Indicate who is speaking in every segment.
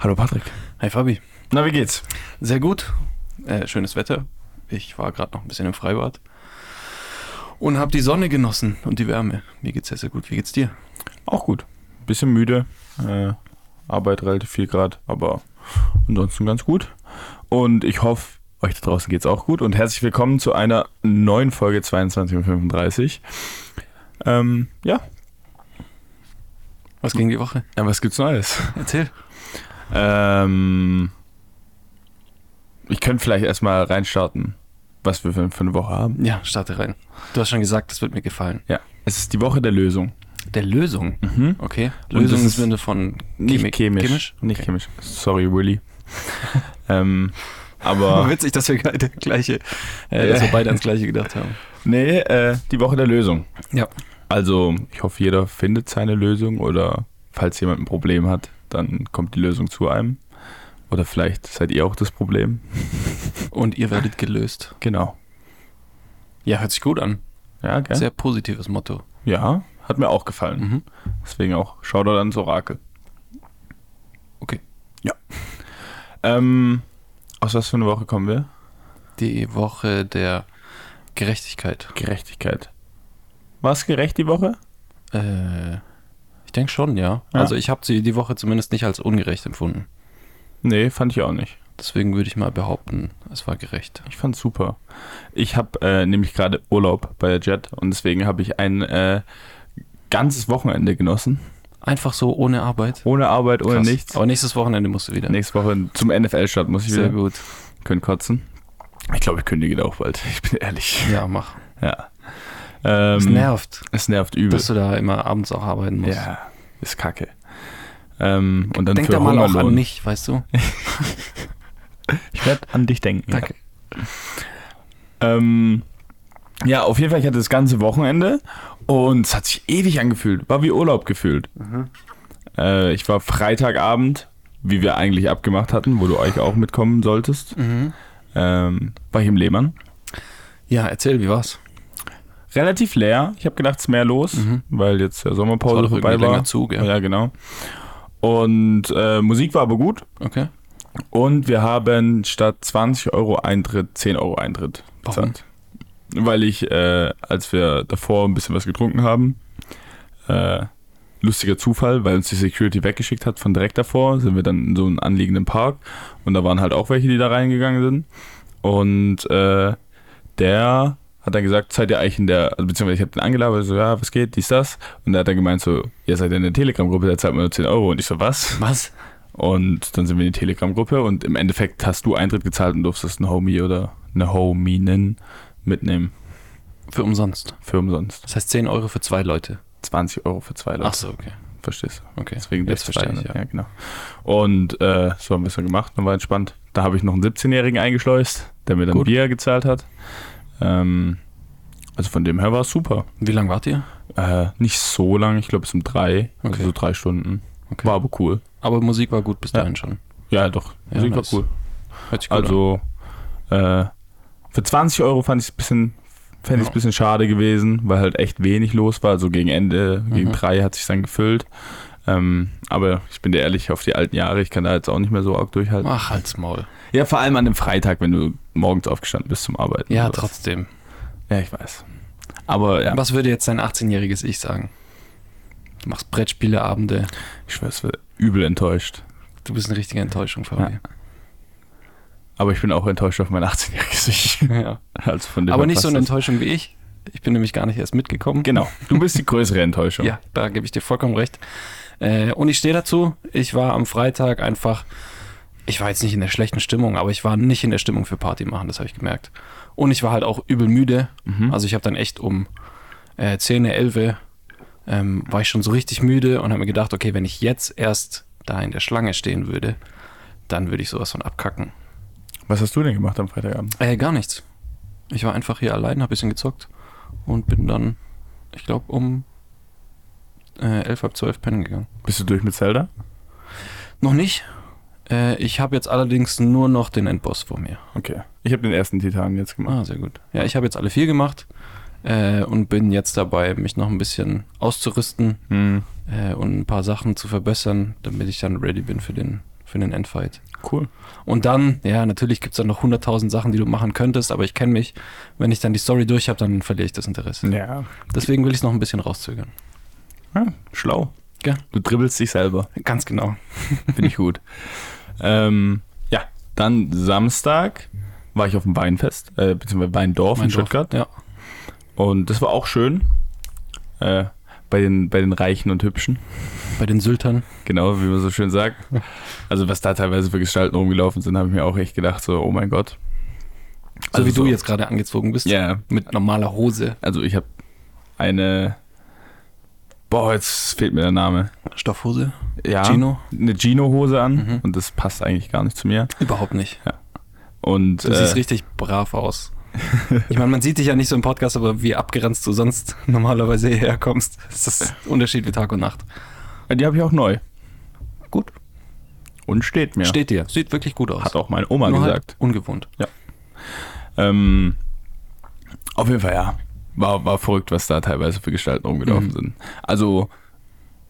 Speaker 1: Hallo Patrick.
Speaker 2: Hi Fabi.
Speaker 1: Na, wie geht's?
Speaker 2: Sehr gut. Äh, schönes Wetter. Ich war gerade noch ein bisschen im Freibad und habe die Sonne genossen und die Wärme. Mir geht's sehr, sehr gut. Wie geht's dir?
Speaker 1: Auch gut. Bisschen müde. Äh, Arbeit relativ viel Grad, aber ansonsten ganz gut. Und ich hoffe, euch da draußen geht's auch gut. Und herzlich willkommen zu einer neuen Folge 22 und 35. Ähm, ja.
Speaker 2: Was ging die Woche?
Speaker 1: ja, was gibt's Neues?
Speaker 2: Erzähl.
Speaker 1: Ähm, ich könnte vielleicht erstmal reinstarten, was wir für, für eine Woche haben.
Speaker 2: Ja, starte rein. Du hast schon gesagt, das wird mir gefallen.
Speaker 1: Ja, es ist die Woche der Lösung.
Speaker 2: Der Lösung.
Speaker 1: Mhm.
Speaker 2: Okay.
Speaker 1: Und
Speaker 2: Lösung
Speaker 1: das
Speaker 2: im
Speaker 1: ist
Speaker 2: Sinne von
Speaker 1: Nicht
Speaker 2: Chemi-
Speaker 1: chemisch.
Speaker 2: chemisch?
Speaker 1: Nicht
Speaker 2: Okay.
Speaker 1: chemisch. Sorry, Willy. ähm, aber
Speaker 2: Witzig, dass wir beide gleiche, äh, dass wir beide ans gleiche gedacht haben.
Speaker 1: nee, äh, die Woche der Lösung.
Speaker 2: Ja.
Speaker 1: Also ich hoffe, jeder findet seine Lösung oder falls jemand ein Problem hat, dann kommt die Lösung zu einem. Oder vielleicht seid ihr auch das Problem.
Speaker 2: Und ihr werdet gelöst.
Speaker 1: Genau.
Speaker 2: Ja, hört sich gut an.
Speaker 1: Ja, gell?
Speaker 2: Sehr positives Motto.
Speaker 1: Ja, hat mir auch gefallen.
Speaker 2: Mhm.
Speaker 1: Deswegen auch Shoutout ans Orakel.
Speaker 2: Okay.
Speaker 1: Ja. Ähm, aus was für einer Woche kommen wir?
Speaker 2: Die Woche der Gerechtigkeit.
Speaker 1: Gerechtigkeit. War es gerecht die Woche?
Speaker 2: Äh, ich denke schon, ja.
Speaker 1: Ja.
Speaker 2: Also ich habe sie die Woche zumindest nicht als ungerecht empfunden.
Speaker 1: Nee, fand ich auch nicht.
Speaker 2: Deswegen würde ich mal behaupten, es war gerecht.
Speaker 1: Ich fand's super. Ich habe äh, nämlich gerade Urlaub bei der Jet und deswegen habe ich ein äh, ganzes Wochenende genossen.
Speaker 2: Einfach so ohne Arbeit.
Speaker 1: Ohne Arbeit, ohne
Speaker 2: Krass.
Speaker 1: nichts.
Speaker 2: Aber nächstes Wochenende musst du wieder.
Speaker 1: Nächste Woche zum NFL-Start muss ich
Speaker 2: Sehr
Speaker 1: wieder.
Speaker 2: gut.
Speaker 1: Können kotzen. Ich glaube, ich kündige da auch bald. Ich bin ehrlich.
Speaker 2: Ja, mach.
Speaker 1: Ja. Ähm,
Speaker 2: Es nervt,
Speaker 1: Es nervt übel.
Speaker 2: dass du da immer abends auch arbeiten musst.
Speaker 1: Ja, ist kacke. Ähm, und dann
Speaker 2: Denk
Speaker 1: für
Speaker 2: da mal auch an
Speaker 1: Hungerlohn.
Speaker 2: mich, weißt du?
Speaker 1: Ich werde an dich denken.
Speaker 2: Danke.
Speaker 1: Ähm, ja, auf jeden Fall, ich hatte das ganze Wochenende und es hat sich ewig angefühlt. War wie Urlaub gefühlt.
Speaker 2: Mhm.
Speaker 1: Äh, ich war Freitagabend, wie wir eigentlich abgemacht hatten, wo du euch auch mitkommen solltest.
Speaker 2: Mhm.
Speaker 1: Ähm, war ich im Lehmann.
Speaker 2: Ja, erzähl, wie war's?
Speaker 1: Relativ leer. Ich habe gedacht, es ist mehr los,
Speaker 2: Mhm.
Speaker 1: weil jetzt der
Speaker 2: Es
Speaker 1: Sommerpause vorbei
Speaker 2: irgendwie
Speaker 1: war.
Speaker 2: länger zu, gell?
Speaker 1: Ja, genau. Und äh, Musik war aber gut.
Speaker 2: Okay.
Speaker 1: Und wir haben statt 20 Euro Eintritt 10 Euro Eintritt
Speaker 2: Warum?
Speaker 1: bezahlt. Weil ich, äh, als wir davor ein bisschen was getrunken haben, äh, lustiger Zufall, weil uns die Security weggeschickt hat von direkt davor, sind wir dann in so einen anliegenden Park und da waren halt auch welche, die da reingegangen sind. Und äh, der hat dann gesagt, seid ihr eigentlich in der, also beziehungsweise ich habe den angelabert, so, ja, was geht, dies, das. Und der hat dann gemeint, so, ihr seid in der Telegram-Gruppe, der zahlt mir nur 10 Euro. Und ich so, was?
Speaker 2: Was?
Speaker 1: Und dann sind wir in die Telegram-Gruppe und im Endeffekt hast du Eintritt gezahlt und durftest einen Homie oder eine Hominin mitnehmen.
Speaker 2: Für umsonst.
Speaker 1: Für umsonst.
Speaker 2: Das heißt 10 Euro für zwei Leute.
Speaker 1: 20 Euro für zwei Leute.
Speaker 2: Ach so, okay.
Speaker 1: Verstehst du?
Speaker 2: okay.
Speaker 1: Deswegen
Speaker 2: Jetzt
Speaker 1: das
Speaker 2: verstehe ich,
Speaker 1: Steine.
Speaker 2: ja.
Speaker 1: ja. genau. Und äh, so haben wir es dann gemacht und war entspannt. Da habe ich noch einen 17-Jährigen eingeschleust, der mir dann
Speaker 2: Gut.
Speaker 1: Bier gezahlt hat. Ähm, also von dem her war es super.
Speaker 2: Wie lange wart ihr?
Speaker 1: Äh, nicht so lang, ich glaube bis um drei,
Speaker 2: Okay.
Speaker 1: also so drei Stunden.
Speaker 2: Okay.
Speaker 1: War aber cool.
Speaker 2: Aber Musik war gut bis
Speaker 1: Ja.
Speaker 2: dahin schon.
Speaker 1: Ja, doch.
Speaker 2: Ja,
Speaker 1: Musik
Speaker 2: nice.
Speaker 1: war cool.
Speaker 2: Hört sich gut an.
Speaker 1: Also äh, für 20 Euro fand ich es ein bisschen, fänd ich's
Speaker 2: Ja.
Speaker 1: ein bisschen schade gewesen, weil halt echt wenig los war. Also gegen Ende,
Speaker 2: Mhm.
Speaker 1: gegen drei hat sich dann gefüllt. Ähm, aber ich bin dir ehrlich, auf die alten Jahre, ich kann da jetzt auch nicht mehr so arg durchhalten.
Speaker 2: Ach, halt's Maul.
Speaker 1: Ja, vor allem an dem Freitag, wenn du morgens aufgestanden bist zum Arbeiten.
Speaker 2: Ja,
Speaker 1: und sowas.
Speaker 2: trotzdem.
Speaker 1: Ja, ich weiß. Aber ja,
Speaker 2: Was würde jetzt dein 18-jähriges Ich sagen? Du machst Brettspieleabende.
Speaker 1: ich schwöre, es wird übel enttäuscht.
Speaker 2: Du bist eine richtige Enttäuschung, Fabi.
Speaker 1: Aber ich bin auch enttäuscht auf mein 18-jähriges Ich.
Speaker 2: Ja.
Speaker 1: Also von dem
Speaker 2: Aber
Speaker 1: her
Speaker 2: nicht so
Speaker 1: passt
Speaker 2: eine
Speaker 1: das.
Speaker 2: Enttäuschung wie ich. Ich bin nämlich gar nicht erst mitgekommen.
Speaker 1: Genau, du bist die größere Enttäuschung.
Speaker 2: Ja, da gebe ich dir vollkommen recht. Äh, und ich stehe dazu. Ich war am Freitag einfach. Ich war jetzt nicht in der schlechten Stimmung, aber ich war nicht in der Stimmung für Party machen, das habe ich gemerkt. Und ich war halt auch übel müde.
Speaker 1: Mhm.
Speaker 2: Also ich habe dann echt um äh, 10, 11 ähm, war ich schon so richtig müde und habe mir gedacht, okay, wenn ich jetzt erst da in der Schlange stehen würde, dann würde ich sowas von abkacken.
Speaker 1: Was hast du denn gemacht am Freitagabend?
Speaker 2: Äh, gar nichts. Ich war einfach hier allein, hab bisschen gezockt und bin dann, ich glaube, um äh, 11, halb 12 pennen gegangen.
Speaker 1: Bist du durch mit Zelda?
Speaker 2: Noch nicht. Äh, ich habe jetzt allerdings nur noch den Endboss vor mir.
Speaker 1: Okay. Ich habe den ersten Titan jetzt gemacht.
Speaker 2: Ah, sehr gut. Ja, ich habe jetzt alle vier gemacht äh, und bin jetzt dabei, mich noch ein bisschen auszurüsten
Speaker 1: Hm,
Speaker 2: äh, und ein paar Sachen zu verbessern, damit ich dann ready bin für den, für den Endfight.
Speaker 1: cool.
Speaker 2: Und dann, ja, natürlich gibt's dann noch 100.000 Sachen, die du machen könntest, aber ich kenne mich. Wenn ich dann die Story durch habe, dann verliere ich das Interesse.
Speaker 1: Ja.
Speaker 2: Deswegen will ich es noch ein bisschen rauszögern.
Speaker 1: ja schlau.
Speaker 2: Ja.
Speaker 1: Du dribbelst dich selber.
Speaker 2: Ganz genau.
Speaker 1: Finde ich gut. ähm, ja, dann Samstag war ich auf dem Weinfest, äh, beziehungsweise Weindorf in
Speaker 2: Mein Dorf.
Speaker 1: Stuttgart.
Speaker 2: Ja.
Speaker 1: Und das war auch schön. Äh, bei, den, bei den Reichen und Hübschen.
Speaker 2: Bei den Syltern.
Speaker 1: Genau, wie man so schön sagt. Also, was da teilweise für Gestalten rumgelaufen sind, habe ich mir auch echt gedacht, so, oh mein Gott.
Speaker 2: So
Speaker 1: Also
Speaker 2: Also, wie du jetzt gerade angezogen bist.
Speaker 1: Ja,
Speaker 2: Mit normaler Hose.
Speaker 1: also ich habe eine. Boah, jetzt fehlt mir der Name.
Speaker 2: Stoffhose.
Speaker 1: Ja,
Speaker 2: Gino.
Speaker 1: eine Gino-Hose an
Speaker 2: Mhm.
Speaker 1: und das passt eigentlich gar nicht zu mir.
Speaker 2: Überhaupt nicht.
Speaker 1: Und
Speaker 2: Du
Speaker 1: äh,
Speaker 2: siehst richtig brav aus. Ich meine, man sieht dich ja nicht so im Podcast, aber wie abgeranzt du sonst normalerweise hierher kommst, ist das Unterschied wie Tag und Nacht.
Speaker 1: die habe ich auch neu.
Speaker 2: Gut.
Speaker 1: Und steht mir.
Speaker 2: Steht dir. Sieht wirklich gut aus.
Speaker 1: Hat auch meine Oma
Speaker 2: Nur
Speaker 1: gesagt.
Speaker 2: Halt ungewohnt.
Speaker 1: Ähm, auf jeden Fall, ja. War, war verrückt, was da teilweise für Gestalten rumgelaufen
Speaker 2: Mhm.
Speaker 1: sind. Also,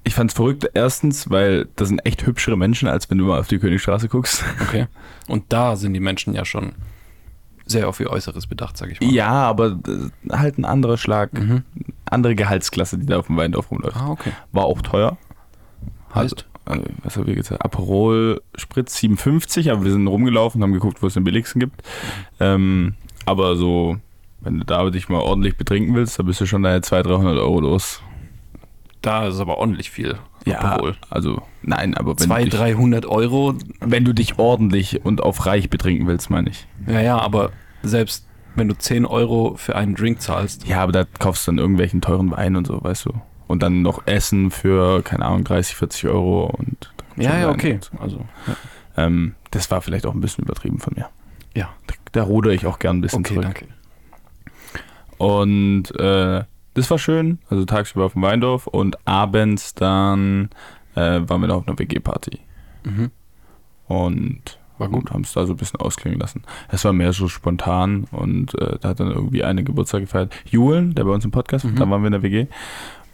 Speaker 1: ich fand's verrückt, erstens, weil das sind echt hübschere Menschen, als wenn du mal auf die Königstraße guckst.
Speaker 2: Okay. Und da sind die Menschen ja schon sehr auf ihr Äußeres bedacht, sag ich mal.
Speaker 1: Ja, aber d- halt ein anderer Schlag,
Speaker 2: Mhm.
Speaker 1: andere Gehaltsklasse, die da auf dem Weindorf rumläuft.
Speaker 2: Ah, okay.
Speaker 1: War auch teuer.
Speaker 2: Heißt?
Speaker 1: Also, äh, was haben wir gezahlt? Aperol Spritz 57, aber wir sind rumgelaufen, haben geguckt, wo es den billigsten gibt. Ähm, aber so, wenn du da dich mal ordentlich betrinken willst, dann bist du schon deine 200, 300 Euro los.
Speaker 2: Da ist aber ordentlich viel.
Speaker 1: Aperol. also nein, aber wenn,
Speaker 2: Zwei,
Speaker 1: du dich,
Speaker 2: 300 Euro.
Speaker 1: wenn du dich ordentlich und auf reich betrinken willst, meine ich.
Speaker 2: Ja, ja, aber selbst wenn du 10 Euro für einen Drink zahlst,
Speaker 1: Ja, aber da kaufst du dann irgendwelchen teuren Wein und so, weißt du. Und dann noch Essen für, keine Ahnung, 30, 40 Euro und da kommt
Speaker 2: Ja,
Speaker 1: schon
Speaker 2: ja,
Speaker 1: Wein
Speaker 2: okay.
Speaker 1: und so.
Speaker 2: Also,
Speaker 1: Ähm, das war vielleicht auch ein bisschen übertrieben von mir.
Speaker 2: Ja.
Speaker 1: Da, da rudere ich auch gern ein bisschen
Speaker 2: okay,
Speaker 1: zurück.
Speaker 2: danke.
Speaker 1: Und äh, das war schön. Also tagsüber auf dem Weindorf und abends dann äh, waren wir noch auf einer WG-Party.
Speaker 2: Mhm.
Speaker 1: Und
Speaker 2: War gut.
Speaker 1: gut, haben es da so ein bisschen ausklingen lassen. Es war mehr so spontan und äh, da hat dann irgendwie eine Geburtstag gefeiert. Julen, der bei uns im Podcast,
Speaker 2: Mhm.
Speaker 1: da waren wir in der WG.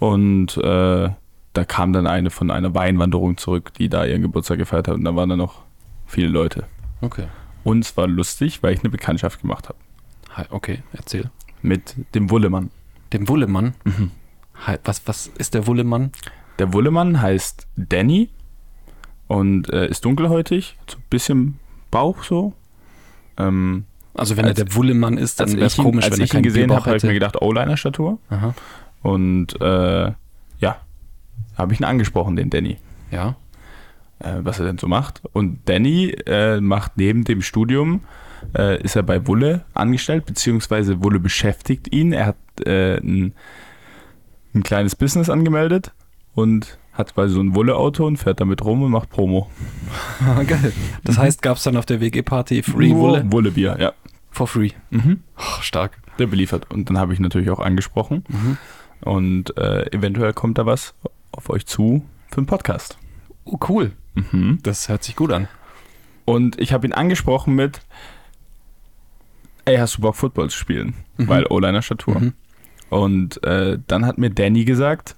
Speaker 1: Und äh, da kam dann eine von einer Weinwanderung zurück, die da ihren Geburtstag gefeiert hat. Und da waren dann noch viele Leute.
Speaker 2: Okay.
Speaker 1: Und es war lustig, weil ich eine Bekanntschaft gemacht habe.
Speaker 2: Hi, okay, erzähl.
Speaker 1: Mit dem Wullemann.
Speaker 2: Dem Wullemann.
Speaker 1: Mhm.
Speaker 2: Hi, was, was ist der Wullemann?
Speaker 1: Der Wullemann heißt Danny und äh, ist dunkelhäutig, so ein bisschen Bauch so. Ähm,
Speaker 2: Also, wenn
Speaker 1: Als-
Speaker 2: er der Wullemann ist, dann
Speaker 1: als
Speaker 2: wäre es
Speaker 1: ich ihn,
Speaker 2: komisch,
Speaker 1: als
Speaker 2: wenn er
Speaker 1: ich ihn
Speaker 2: keinen
Speaker 1: gesehen
Speaker 2: Bierbauch
Speaker 1: habe, habe ich mir
Speaker 2: hätte.
Speaker 1: gedacht, O-Liner-Statur.
Speaker 2: Aha.
Speaker 1: Und äh, ja, habe ich ihn angesprochen, den Danny,
Speaker 2: Ja.
Speaker 1: äh, was er denn so macht. Und Danny äh, macht neben dem Studium, äh, ist er bei Wulle angestellt, beziehungsweise Wulle beschäftigt ihn. Er hat äh, ein, ein kleines Business angemeldet und hat quasi so ein Wulle-Auto und fährt damit rum und macht Promo.
Speaker 2: Ah, Geil. Das heißt, gab es dann auf der WG-Party Free
Speaker 1: Mhm. Nur
Speaker 2: Wulle?
Speaker 1: Wullebier, ja.
Speaker 2: For free.
Speaker 1: Mhm.
Speaker 2: Oh, stark.
Speaker 1: Der beliefert. Und dann habe ich natürlich auch angesprochen.
Speaker 2: Mhm.
Speaker 1: Und äh, eventuell kommt da was auf euch zu für einen Podcast.
Speaker 2: Oh, cool.
Speaker 1: Mhm.
Speaker 2: Das hört sich gut an.
Speaker 1: Und ich habe ihn angesprochen mit: Ey, hast du Bock, Football zu spielen?
Speaker 2: Mhm.
Speaker 1: Weil O-Liner Statur.
Speaker 2: Mhm.
Speaker 1: Und äh, dann hat mir Danny gesagt: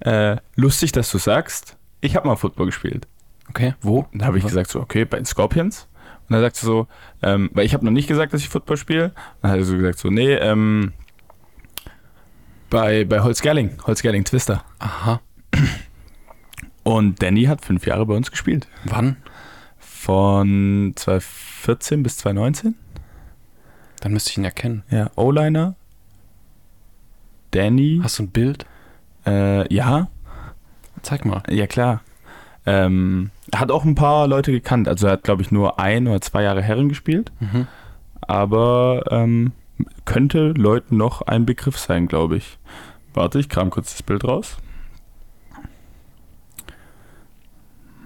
Speaker 1: äh, Lustig, dass du sagst, ich habe mal Football gespielt.
Speaker 2: Okay, wo?
Speaker 1: Und da habe ich gesagt so, okay, bei den Scorpions. Und dann sagt sie so, ähm, weil ich habe noch nicht gesagt, dass ich Football spiele. Dann hat er so gesagt so, nee, ähm, bei, bei Holzgerling, Holzgerling Twister.
Speaker 2: Aha.
Speaker 1: Und Danny hat fünf Jahre bei uns gespielt.
Speaker 2: Wann?
Speaker 1: Von 2014 bis 2019.
Speaker 2: Dann müsste ich ihn ja kennen.
Speaker 1: Ja, O-Liner. Danny.
Speaker 2: Hast du ein Bild?
Speaker 1: Äh, ja,
Speaker 2: Zeig mal.
Speaker 1: ja klar. Ähm, er hat auch ein paar Leute gekannt. Also er hat, glaube ich, nur ein oder zwei Jahre Herren gespielt.
Speaker 2: Mhm.
Speaker 1: aber ähm, könnte Leuten noch ein Begriff sein, glaube ich. Warte, ich kram kurz das Bild raus.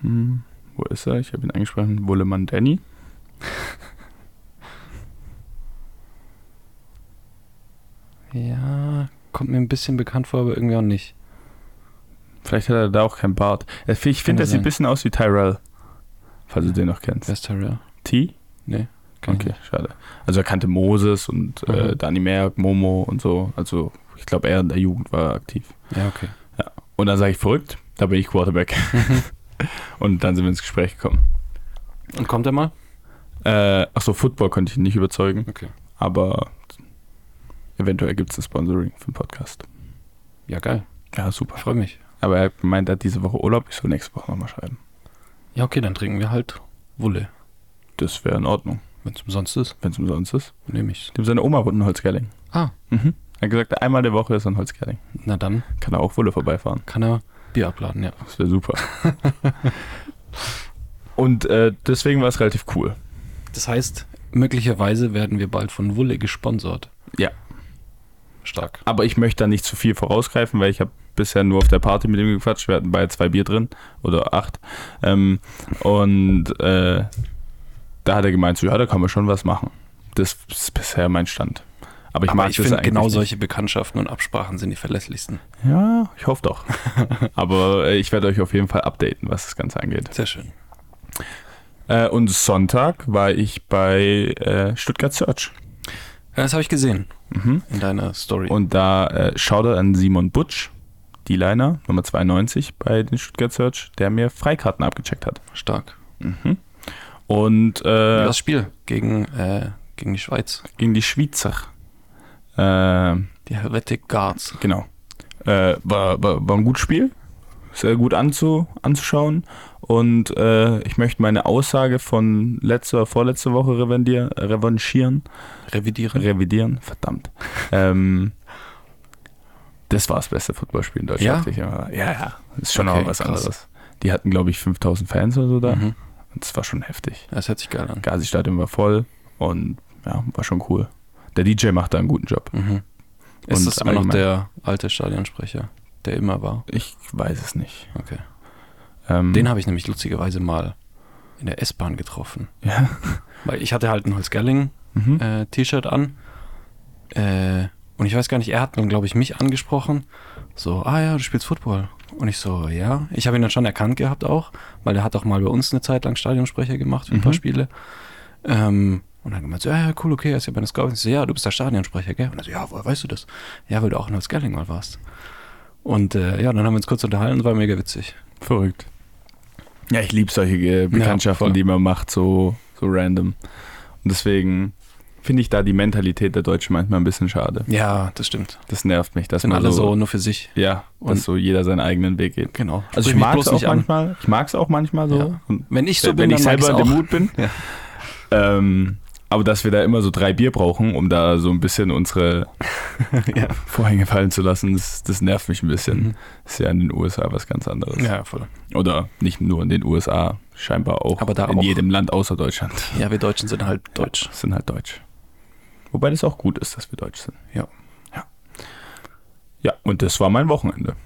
Speaker 1: Hm, Wo ist er? Ich habe ihn angesprochen. Wullemann Danny.
Speaker 2: Ja, kommt mir ein bisschen bekannt vor, aber irgendwie auch nicht.
Speaker 1: Vielleicht hat er da auch keinen Bart. Äh, Ich
Speaker 2: Kann
Speaker 1: finde,
Speaker 2: ja
Speaker 1: er sieht
Speaker 2: sein.
Speaker 1: ein bisschen aus wie Tyrell. Falls du den noch kennst.
Speaker 2: Wer ist Tyrell?
Speaker 1: T?
Speaker 2: Nee. kein-
Speaker 1: Okay, schade. Also er kannte Moses und äh,
Speaker 2: Mhm.
Speaker 1: Dani Merck, Momo und so. Also ich glaube, er in der Jugend war aktiv.
Speaker 2: Ja, okay.
Speaker 1: Und dann sage ich verrückt, da bin ich Quarterback. und dann sind wir ins Gespräch gekommen.
Speaker 2: Und kommt er mal?
Speaker 1: Äh, achso, Football konnte ich ihn nicht überzeugen,
Speaker 2: Okay.
Speaker 1: aber eventuell gibt es ein Sponsoring für den Podcast.
Speaker 2: Ja, geil.
Speaker 1: Ja, super.
Speaker 2: Freue mich.
Speaker 1: Aber er hat gemeint, er hat diese Woche Urlaub. Ich soll nächste Woche nochmal schreiben.
Speaker 2: Ja, okay, dann trinken wir halt Wulle.
Speaker 1: Das wäre in Ordnung,
Speaker 2: Wenn es umsonst ist,
Speaker 1: wenn es umsonst ist.
Speaker 2: nehme ich's.
Speaker 1: Dem seine Oma wohnt in Holzgerling.
Speaker 2: Ah.
Speaker 1: Mhm. Er hat gesagt, einmal der Woche ist er in Holzgerling.
Speaker 2: Na dann
Speaker 1: Kann er auch Wulle vorbeifahren.
Speaker 2: kann er Bier abladen, ja.
Speaker 1: Das wäre super. Und äh, deswegen war es relativ cool.
Speaker 2: Das heißt, möglicherweise werden wir bald von Wulle gesponsert.
Speaker 1: Ja.
Speaker 2: Stark.
Speaker 1: Aber ich möchte da nicht zu viel vorausgreifen, weil ich habe bisher nur auf der Party mit ihm gequatscht. Wir hatten beide zwei Bier drin oder acht. Ähm, und äh, da hat er gemeint, so, ja, da kann man schon was machen. Das ist bisher mein Stand. Aber ich
Speaker 2: Aber
Speaker 1: mag
Speaker 2: ich
Speaker 1: das
Speaker 2: finde,
Speaker 1: eigentlich
Speaker 2: genau
Speaker 1: nicht.
Speaker 2: solche Bekanntschaften und Absprachen sind die verlässlichsten.
Speaker 1: Ja, ich hoffe doch. Aber äh, ich werde euch auf jeden Fall updaten, was das Ganze angeht.
Speaker 2: Sehr schön.
Speaker 1: Äh, und Sonntag war ich bei äh, Stuttgart Search.
Speaker 2: Ja, das habe ich gesehen
Speaker 1: Mhm.
Speaker 2: in deiner Story.
Speaker 1: Und da äh, Shoutout an Simon Butsch, D-Liner, Nummer 92 bei den Stuttgart Search, der mir Freikarten abgecheckt hat.
Speaker 2: Stark.
Speaker 1: Und
Speaker 2: Und
Speaker 1: äh,
Speaker 2: das Spiel gegen, äh, gegen die Schweiz.
Speaker 1: gegen die Schweizer. Äh,
Speaker 2: Die Helvetic Guards.
Speaker 1: genau. Äh, war, war, war ein gutes Spiel. Sehr gut anzu, anzuschauen. Und äh, ich möchte meine Aussage von letzter oder vorletzte Woche revendier- revanchieren.
Speaker 2: Revidieren.
Speaker 1: Revidieren, verdammt. ähm, das war das beste Footballspiel in
Speaker 2: Ja?
Speaker 1: Deutschland. dachte ich immer. ja, ja. Ist schon
Speaker 2: Okay,
Speaker 1: auch was
Speaker 2: krass.
Speaker 1: anderes. Die hatten, glaube ich, 5000 Fans oder so da.
Speaker 2: Mhm.
Speaker 1: Und das war schon heftig.
Speaker 2: Das hört sich geil an.
Speaker 1: Gazi-Stadion war voll und ja, war schon cool. Der DJ macht da einen guten Job.
Speaker 2: Mhm. Ist
Speaker 1: Und
Speaker 2: das immer noch
Speaker 1: allgemein-
Speaker 2: der alte Stadionsprecher, der immer war?
Speaker 1: Ich weiß es nicht.
Speaker 2: Okay.
Speaker 1: Ähm,
Speaker 2: Den habe ich nämlich lustigerweise mal in der S-Bahn getroffen.
Speaker 1: ja.
Speaker 2: Weil ich hatte halt ein Holzgerling
Speaker 1: Mhm.
Speaker 2: äh, T-Shirt an. Äh, und ich weiß gar nicht, er hat nun, glaube ich, mich angesprochen. So, ah ja, du spielst Football. Und ich so, ja. Ich habe ihn dann schon erkannt gehabt auch, weil er hat auch mal bei uns eine Zeit lang Stadionsprecher gemacht für ein paar
Speaker 1: Mhm.
Speaker 2: Spiele. Ähm, und dann gemeint so, ja, ja, cool, okay, er ist ja bei den Scouts. Ich so, ja, du bist der Stadionsprecher, gell? Und er so, ja, woher weißt du das? Ja, weil du auch in Holzgerling mal warst. Und äh, ja, dann haben wir uns kurz unterhalten, war mega witzig.
Speaker 1: Verrückt. Ja, ich liebe solche äh, Bekanntschaften,
Speaker 2: voll.
Speaker 1: die man macht, so, so random. Und deswegen finde ich da die Mentalität der Deutschen manchmal ein bisschen schade.
Speaker 2: Ja, das stimmt.
Speaker 1: Das Also nervt mich, dass
Speaker 2: Sind
Speaker 1: man
Speaker 2: alle so nur für sich.
Speaker 1: Ja,
Speaker 2: Und-
Speaker 1: dass so jeder seinen eigenen Weg geht.
Speaker 2: Genau.
Speaker 1: Also ich mag es auch manchmal. Ich mag es auch manchmal so.
Speaker 2: Ja.
Speaker 1: Und
Speaker 2: Wenn ich so
Speaker 1: wenn
Speaker 2: bin,
Speaker 1: ich
Speaker 2: dann
Speaker 1: selber in
Speaker 2: mag
Speaker 1: dem
Speaker 2: ich's auch.
Speaker 1: Mut bin.
Speaker 2: Ja.
Speaker 1: Ähm, aber dass wir da immer so drei Bier brauchen, um da so ein bisschen unsere
Speaker 2: Ja.
Speaker 1: Vorhänge fallen zu lassen, das, das nervt mich ein bisschen.
Speaker 2: Mhm.
Speaker 1: Ist ja in den USA was ganz anderes.
Speaker 2: Ja, voll.
Speaker 1: Oder nicht nur in den USA, scheinbar auch
Speaker 2: Aber da
Speaker 1: in
Speaker 2: auch.
Speaker 1: jedem Land außer Deutschland.
Speaker 2: Ja, wir Deutschen sind halt deutsch.
Speaker 1: Ja, sind halt deutsch. Wobei das auch gut ist, dass wir deutsch sind.
Speaker 2: Ja.
Speaker 1: Ja, ja und das war mein Wochenende.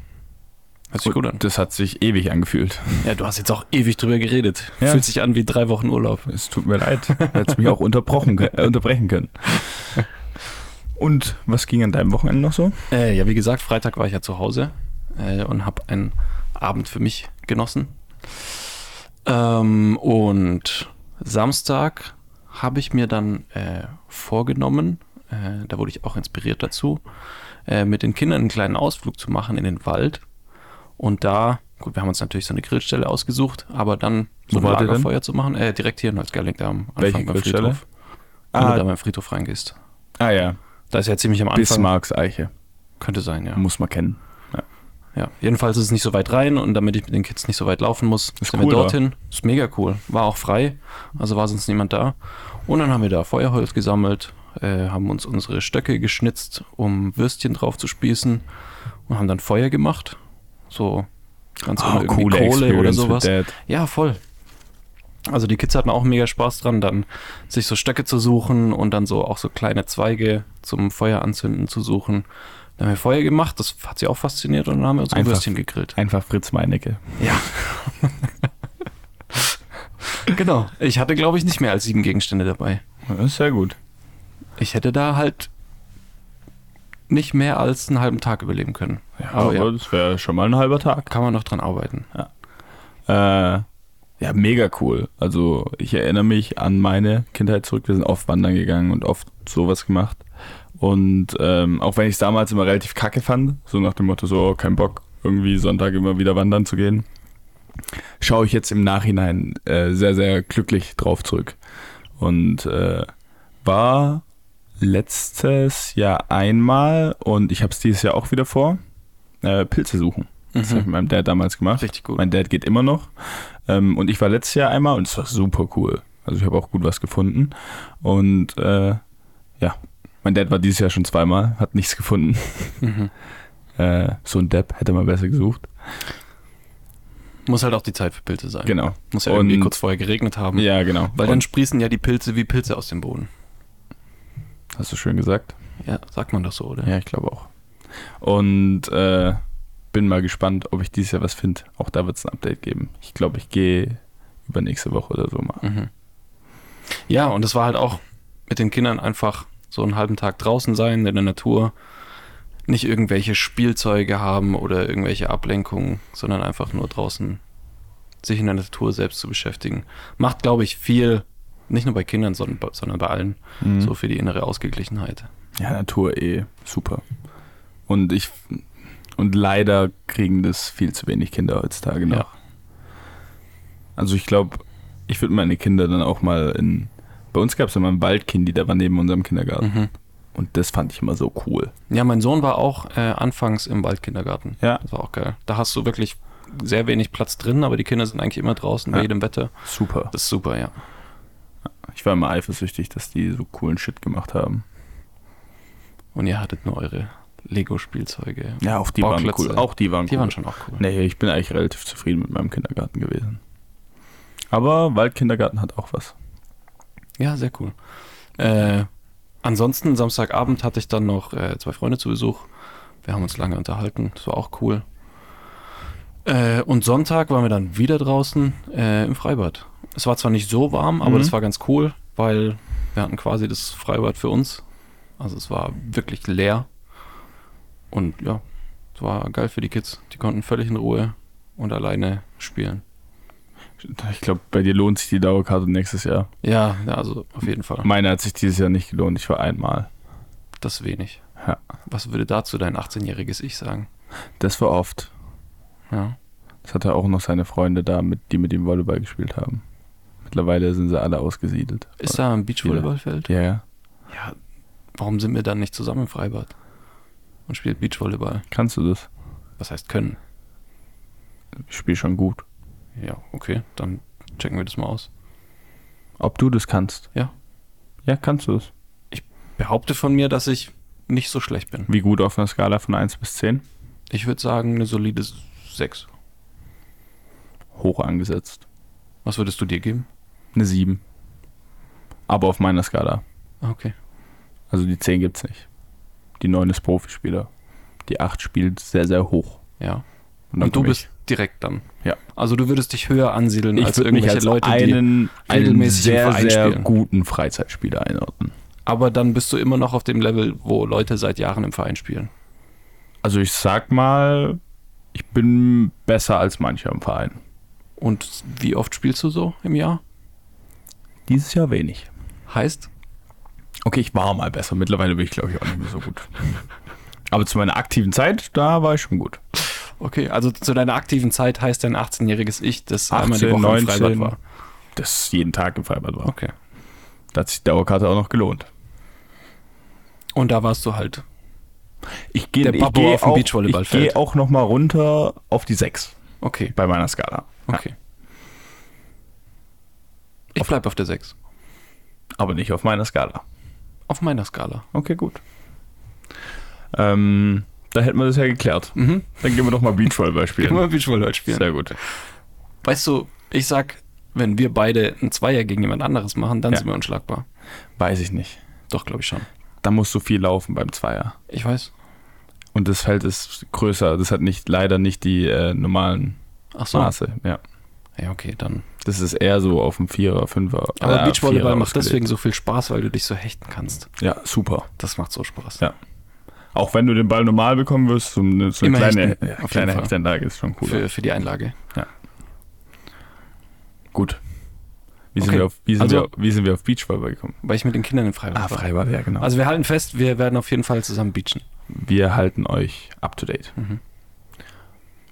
Speaker 2: Hört sich
Speaker 1: Und
Speaker 2: gut an.
Speaker 1: Das hat sich ewig angefühlt.
Speaker 2: Ja, du hast jetzt auch ewig drüber geredet.
Speaker 1: Ja.
Speaker 2: Fühlt sich an wie drei Wochen Urlaub.
Speaker 1: Es tut mir leid. Hätte mich auch unterbrochen, ge- äh, unterbrechen können. Und was ging an deinem Wochenende noch so?
Speaker 2: Äh, ja, wie gesagt, Freitag war ich ja zu Hause äh, und habe einen Abend für mich genossen. Ähm, und Samstag habe ich mir dann äh, vorgenommen, äh, da wurde ich auch inspiriert dazu, äh, mit den Kindern einen kleinen Ausflug zu machen in den Wald. Und da, gut, wir haben uns natürlich so eine Grillstelle ausgesucht, aber dann so
Speaker 1: Wo
Speaker 2: ein
Speaker 1: wart ihr denn?
Speaker 2: Lagerfeuer zu machen, äh, direkt hier in Holzgerling, da am
Speaker 1: Welche
Speaker 2: Anfang beim
Speaker 1: Grillstelle?
Speaker 2: Friedhof. Wenn du da beim Friedhof reingehst.
Speaker 1: ah ja,
Speaker 2: Da ist ja ziemlich am Anfang.
Speaker 1: Bismarcks Eiche.
Speaker 2: Könnte sein, ja.
Speaker 1: Muss man kennen.
Speaker 2: Ja, jedenfalls ist es nicht so weit rein und damit ich mit den Kids nicht so weit laufen muss,
Speaker 1: Ist
Speaker 2: sind
Speaker 1: cool
Speaker 2: wir
Speaker 1: da.
Speaker 2: dorthin. Ist mega cool. War auch frei, also war sonst niemand da. Und dann haben wir da Feuerholz gesammelt, äh, haben uns unsere Stöcke geschnitzt, um Würstchen drauf zu spießen und haben dann Feuer gemacht. So ganz
Speaker 1: Ah,
Speaker 2: ohne irgendwie Kohle oder sowas.
Speaker 1: Dad.
Speaker 2: Ja, voll. Also die Kids hatten auch mega Spaß dran, dann sich so Stöcke zu suchen und dann so auch so kleine Zweige zum Feuer anzünden zu suchen. Dann haben wir Feuer gemacht, das hat sie auch fasziniert und dann haben wir uns ein
Speaker 1: Einfach.
Speaker 2: Würstchen gegrillt.
Speaker 1: Einfach Fritz Meinecke.
Speaker 2: Ja. Genau. Ich hatte, glaube ich, nicht mehr als sieben Gegenstände dabei.
Speaker 1: Ja, ist sehr gut.
Speaker 2: Ich hätte da halt nicht mehr als einen halben Tag überleben können.
Speaker 1: Oh Ja,
Speaker 2: Aber
Speaker 1: aber
Speaker 2: ja.
Speaker 1: das wäre schon mal ein halber Tag.
Speaker 2: Kann man noch dran arbeiten.
Speaker 1: Äh, ja, mega cool. Also ich erinnere mich an meine Kindheit zurück. Wir sind oft wandern gegangen und oft sowas gemacht. Und ähm, auch wenn ich es damals immer relativ kacke fand, so nach dem Motto, so oh, kein Bock, irgendwie Sonntag immer wieder wandern zu gehen, schaue ich jetzt im Nachhinein äh, sehr, sehr glücklich drauf zurück. Und äh, war letztes Jahr einmal und ich habe es dieses Jahr auch wieder vor, äh, Pilze suchen. Das habe ich mit meinem Dad damals gemacht.
Speaker 2: halt Richtig gut.
Speaker 1: Mein Dad geht immer noch. Ähm, und ich war letztes Jahr einmal und es war super cool. Also ich habe auch gut was gefunden. Und äh, ja, mein Dad war dieses Jahr schon zweimal, hat nichts gefunden.
Speaker 2: Mhm.
Speaker 1: Äh, so ein Depp hätte man besser gesucht.
Speaker 2: Muss halt auch die Zeit für Pilze sein.
Speaker 1: Genau.
Speaker 2: Muss ja irgendwie
Speaker 1: Und-
Speaker 2: kurz vorher geregnet haben.
Speaker 1: Ja, genau.
Speaker 2: Mhm. Weil dann
Speaker 1: Und,
Speaker 2: sprießen ja die Pilze wie Pilze aus dem Boden.
Speaker 1: hast du schön gesagt.
Speaker 2: Ja, sagt man doch so, oder?
Speaker 1: Ja, ich glaube auch. Und äh, bin mal gespannt, ob ich dieses Jahr was finde. Auch da wird es ein Update geben. Ich glaube, ich gehe über nächste Woche oder so mal.
Speaker 2: Mhm. Ja, und es war halt auch mit den Kindern einfach so einen halben Tag draußen sein in der Natur. Nicht irgendwelche Spielzeuge haben oder irgendwelche Ablenkungen, sondern einfach nur draußen sich in der Natur selbst zu beschäftigen. Macht, glaube ich, viel, nicht nur bei Kindern, sondern bei, sondern bei allen,
Speaker 1: Mhm.
Speaker 2: so für die innere Ausgeglichenheit.
Speaker 1: Ja, Natur eh super. Und ich und leider kriegen das viel zu wenig Kinder heutzutage noch.
Speaker 2: Ja.
Speaker 1: Also ich glaube, ich würde meine Kinder dann auch mal in. Bei uns gab es immer ein Waldkindi, der war neben unserem Kindergarten.
Speaker 2: Mhm.
Speaker 1: Und das fand ich immer so cool.
Speaker 2: Ja, mein Sohn war auch äh, anfangs im Waldkindergarten.
Speaker 1: Ja.
Speaker 2: Das war auch geil. Da hast du wirklich sehr wenig Platz drin, aber die Kinder sind eigentlich immer draußen bei
Speaker 1: Ja.
Speaker 2: jedem Wetter.
Speaker 1: Super.
Speaker 2: Das ist super, ja.
Speaker 1: Ich war immer eifersüchtig, dass die so coolen Shit gemacht haben.
Speaker 2: Und ihr hattet nur eure Lego-Spielzeuge.
Speaker 1: Ja, auch die
Speaker 2: waren
Speaker 1: waren
Speaker 2: cool.
Speaker 1: cool. Auch die waren
Speaker 2: Die waren schon auch cool.
Speaker 1: Nee, ich bin eigentlich relativ zufrieden mit meinem Kindergarten gewesen. Aber Waldkindergarten hat auch was.
Speaker 2: Ja, sehr cool. Äh, ansonsten, Samstagabend hatte ich dann noch äh, zwei Freunde zu Besuch. Wir haben uns lange unterhalten. Das war auch cool. Äh, und Sonntag waren wir dann wieder draußen äh, im Freibad. Es war zwar nicht so warm, aber
Speaker 1: Mhm.
Speaker 2: das war ganz cool, weil wir hatten quasi das Freibad für uns. Also es war wirklich leer. Und ja, es war geil für die Kids. Die konnten völlig in Ruhe und alleine spielen.
Speaker 1: Ich glaube, bei dir lohnt sich die Dauerkarte nächstes Jahr.
Speaker 2: Ja, ja, also auf jeden Fall.
Speaker 1: Meine hat sich dieses Jahr nicht gelohnt. Ich war einmal.
Speaker 2: Das ist wenig.
Speaker 1: Ja.
Speaker 2: Was würde dazu dein 18-jähriges Ich sagen?
Speaker 1: Das war oft.
Speaker 2: Ja.
Speaker 1: Das hatte auch noch seine Freunde da, mit, die mit ihm Volleyball gespielt haben. Mittlerweile sind sie alle ausgesiedelt.
Speaker 2: Ist da ein Beachvolleyballfeld?
Speaker 1: Ja, ja.
Speaker 2: Ja. Warum sind wir dann nicht zusammen im Freibad und spielen Beachvolleyball?
Speaker 1: Kannst du das?
Speaker 2: Was heißt können?
Speaker 1: Ich spiele schon gut.
Speaker 2: Ja, okay, dann checken wir das mal aus.
Speaker 1: Ob du das kannst?
Speaker 2: Ja.
Speaker 1: Ja, kannst du es.
Speaker 2: Behaupte von mir, dass ich nicht so schlecht bin.
Speaker 1: Wie gut auf einer Skala von 1 bis 10?
Speaker 2: Ich würde sagen, eine solide 6.
Speaker 1: Hoch angesetzt.
Speaker 2: Was würdest du dir geben?
Speaker 1: Eine 7. Aber auf meiner Skala.
Speaker 2: Ah, Okay.
Speaker 1: Also die 10 gibt's nicht. Die 9 ist Profispieler. Die 8 spielt sehr, sehr hoch.
Speaker 2: Ja.
Speaker 1: dann
Speaker 2: Und du
Speaker 1: komm ich.
Speaker 2: bist direkt dann.
Speaker 1: Ja.
Speaker 2: Also du würdest dich höher ansiedeln
Speaker 1: Ich
Speaker 2: als
Speaker 1: würde mich
Speaker 2: irgendwelche
Speaker 1: als
Speaker 2: Leute, die
Speaker 1: einen, einen
Speaker 2: regelmäßig im
Speaker 1: sehr,
Speaker 2: Verein
Speaker 1: sehr
Speaker 2: spielen.
Speaker 1: guten Freizeitspieler einordnen.
Speaker 2: Aber dann bist du immer noch auf dem Level, wo Leute seit Jahren im Verein spielen.
Speaker 1: Also ich sag mal, ich bin besser als mancher im Verein.
Speaker 2: Und wie oft spielst du so im Jahr?
Speaker 1: Dieses Jahr wenig.
Speaker 2: Heißt?
Speaker 1: Okay, ich war mal besser. Mittlerweile bin ich, glaube ich, auch nicht mehr so gut. Aber zu meiner aktiven Zeit, da war ich schon gut.
Speaker 2: Okay, also zu deiner aktiven Zeit heißt dein 18-jähriges Ich, das einmal die
Speaker 1: 18,
Speaker 2: Woche
Speaker 1: 19.
Speaker 2: im Freibad war.
Speaker 1: Das jeden Tag im Freibad war.
Speaker 2: Okay.
Speaker 1: Da hat sich die Dauerkarte auch noch gelohnt.
Speaker 2: Und da warst du halt.
Speaker 1: Ich gehe
Speaker 2: Der
Speaker 1: ich
Speaker 2: Babbo
Speaker 1: geh
Speaker 2: auf dem
Speaker 1: auch, ich
Speaker 2: Beachvolleyballfeld.
Speaker 1: geh auch noch mal runter auf die 6
Speaker 2: Okay,
Speaker 1: bei meiner Skala.
Speaker 2: okay. Ich bleib auf der 6.
Speaker 1: Aber nicht auf meiner Skala.
Speaker 2: Auf meiner Skala.
Speaker 1: Okay, gut. Ähm, da hätten wir das ja geklärt.
Speaker 2: Mhm.
Speaker 1: Dann gehen wir doch mal Beachvolleyball spielen.
Speaker 2: Beachvolleyball
Speaker 1: Sehr gut.
Speaker 2: Weißt du, ich sag, wenn wir beide einen Zweier gegen jemand anderes machen, dann
Speaker 1: Ja.
Speaker 2: sind wir unschlagbar.
Speaker 1: Weiß ich nicht.
Speaker 2: Doch, glaube ich schon.
Speaker 1: Da musst du viel laufen beim Zweier.
Speaker 2: Ich weiß.
Speaker 1: Und das Feld ist größer. Das hat nicht leider nicht die äh, normalen
Speaker 2: Ach so.
Speaker 1: Maße. Ja.
Speaker 2: Ja, okay, dann.
Speaker 1: Das ist eher so auf dem Vierer, Fünfer.
Speaker 2: Aber
Speaker 1: äh,
Speaker 2: Beachvolleyball
Speaker 1: Vierer
Speaker 2: macht
Speaker 1: ausgelegt.
Speaker 2: deswegen so viel Spaß, weil du dich so hechten kannst.
Speaker 1: Ja, super.
Speaker 2: Das macht so Spaß.
Speaker 1: Ja. Auch wenn du den Ball normal bekommen wirst, so eine, so eine
Speaker 2: Immer
Speaker 1: kleine,
Speaker 2: hechten,
Speaker 1: ja,
Speaker 2: auf
Speaker 1: kleine
Speaker 2: jeden Fall.
Speaker 1: Hechtanlage ist schon cool.
Speaker 2: Für, für die Einlage.
Speaker 1: Gut. Wie sind,
Speaker 2: Okay.
Speaker 1: wir, auf, wie, sind
Speaker 2: Also- Ah,
Speaker 1: wir, auf- wie sind wir auf Beachvolleyball gekommen?
Speaker 2: Weil ich mit den Kindern in Freibad war.
Speaker 1: Freiball, ja, genau.
Speaker 2: Also wir halten fest, wir werden auf jeden Fall zusammen beachen.
Speaker 1: wir halten euch up to date.
Speaker 2: Mhm.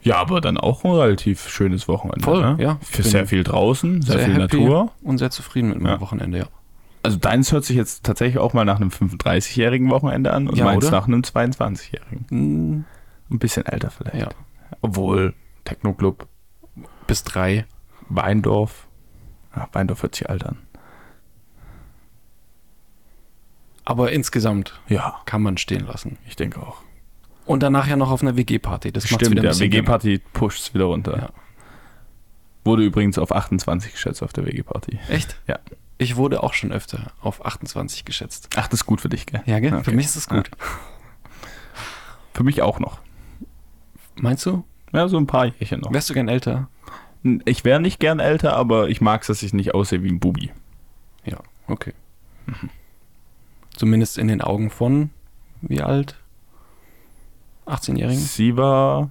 Speaker 1: Ja, aber dann auch ein relativ schönes Wochenende.
Speaker 2: Voll,
Speaker 1: ne?
Speaker 2: ja.
Speaker 1: Für
Speaker 2: Bin
Speaker 1: sehr viel draußen, sehr,
Speaker 2: sehr
Speaker 1: viel
Speaker 2: happy.
Speaker 1: Natur.
Speaker 2: Und sehr zufrieden mit meinem
Speaker 1: Ja.
Speaker 2: Wochenende, ja.
Speaker 1: Also deins hört sich jetzt tatsächlich auch mal nach einem 35-jährigen Wochenende an und
Speaker 2: Ja,
Speaker 1: meins
Speaker 2: oder?
Speaker 1: nach einem 22-jährigen. Mhm.
Speaker 2: Hm,
Speaker 1: Ein bisschen älter vielleicht.
Speaker 2: Ja.
Speaker 1: Obwohl, Techno-Club,
Speaker 2: Bis drei.
Speaker 1: Weindorf. Ach, Weindorf hört sich alt an.
Speaker 2: Aber insgesamt
Speaker 1: Ja,
Speaker 2: kann man stehen lassen.
Speaker 1: ich denke auch.
Speaker 2: Und danach ja noch auf einer WG-Party. Das macht wieder
Speaker 1: Stimmt,
Speaker 2: ein
Speaker 1: ja,
Speaker 2: bisschen
Speaker 1: WG-Party pusht wieder runter.
Speaker 2: Ja.
Speaker 1: Wurde übrigens auf 28 geschätzt auf der WG-Party.
Speaker 2: dünner. Echt?
Speaker 1: Ja.
Speaker 2: Ich wurde auch schon öfter auf 28 geschätzt.
Speaker 1: Ach, das ist gut für dich, gell?
Speaker 2: Ja, gell?
Speaker 1: Okay.
Speaker 2: Für mich ist das gut.
Speaker 1: Für mich auch noch.
Speaker 2: Meinst du?
Speaker 1: Ja, so ein paar Jährchen noch.
Speaker 2: Wärst du gern älter?
Speaker 1: Ich wäre nicht gern älter, aber ich mag es, dass ich nicht aussehe wie ein Bubi.
Speaker 2: Ja, okay. Mhm. Zumindest in den Augen von wie alt? 18-Jährigen?
Speaker 1: Sie war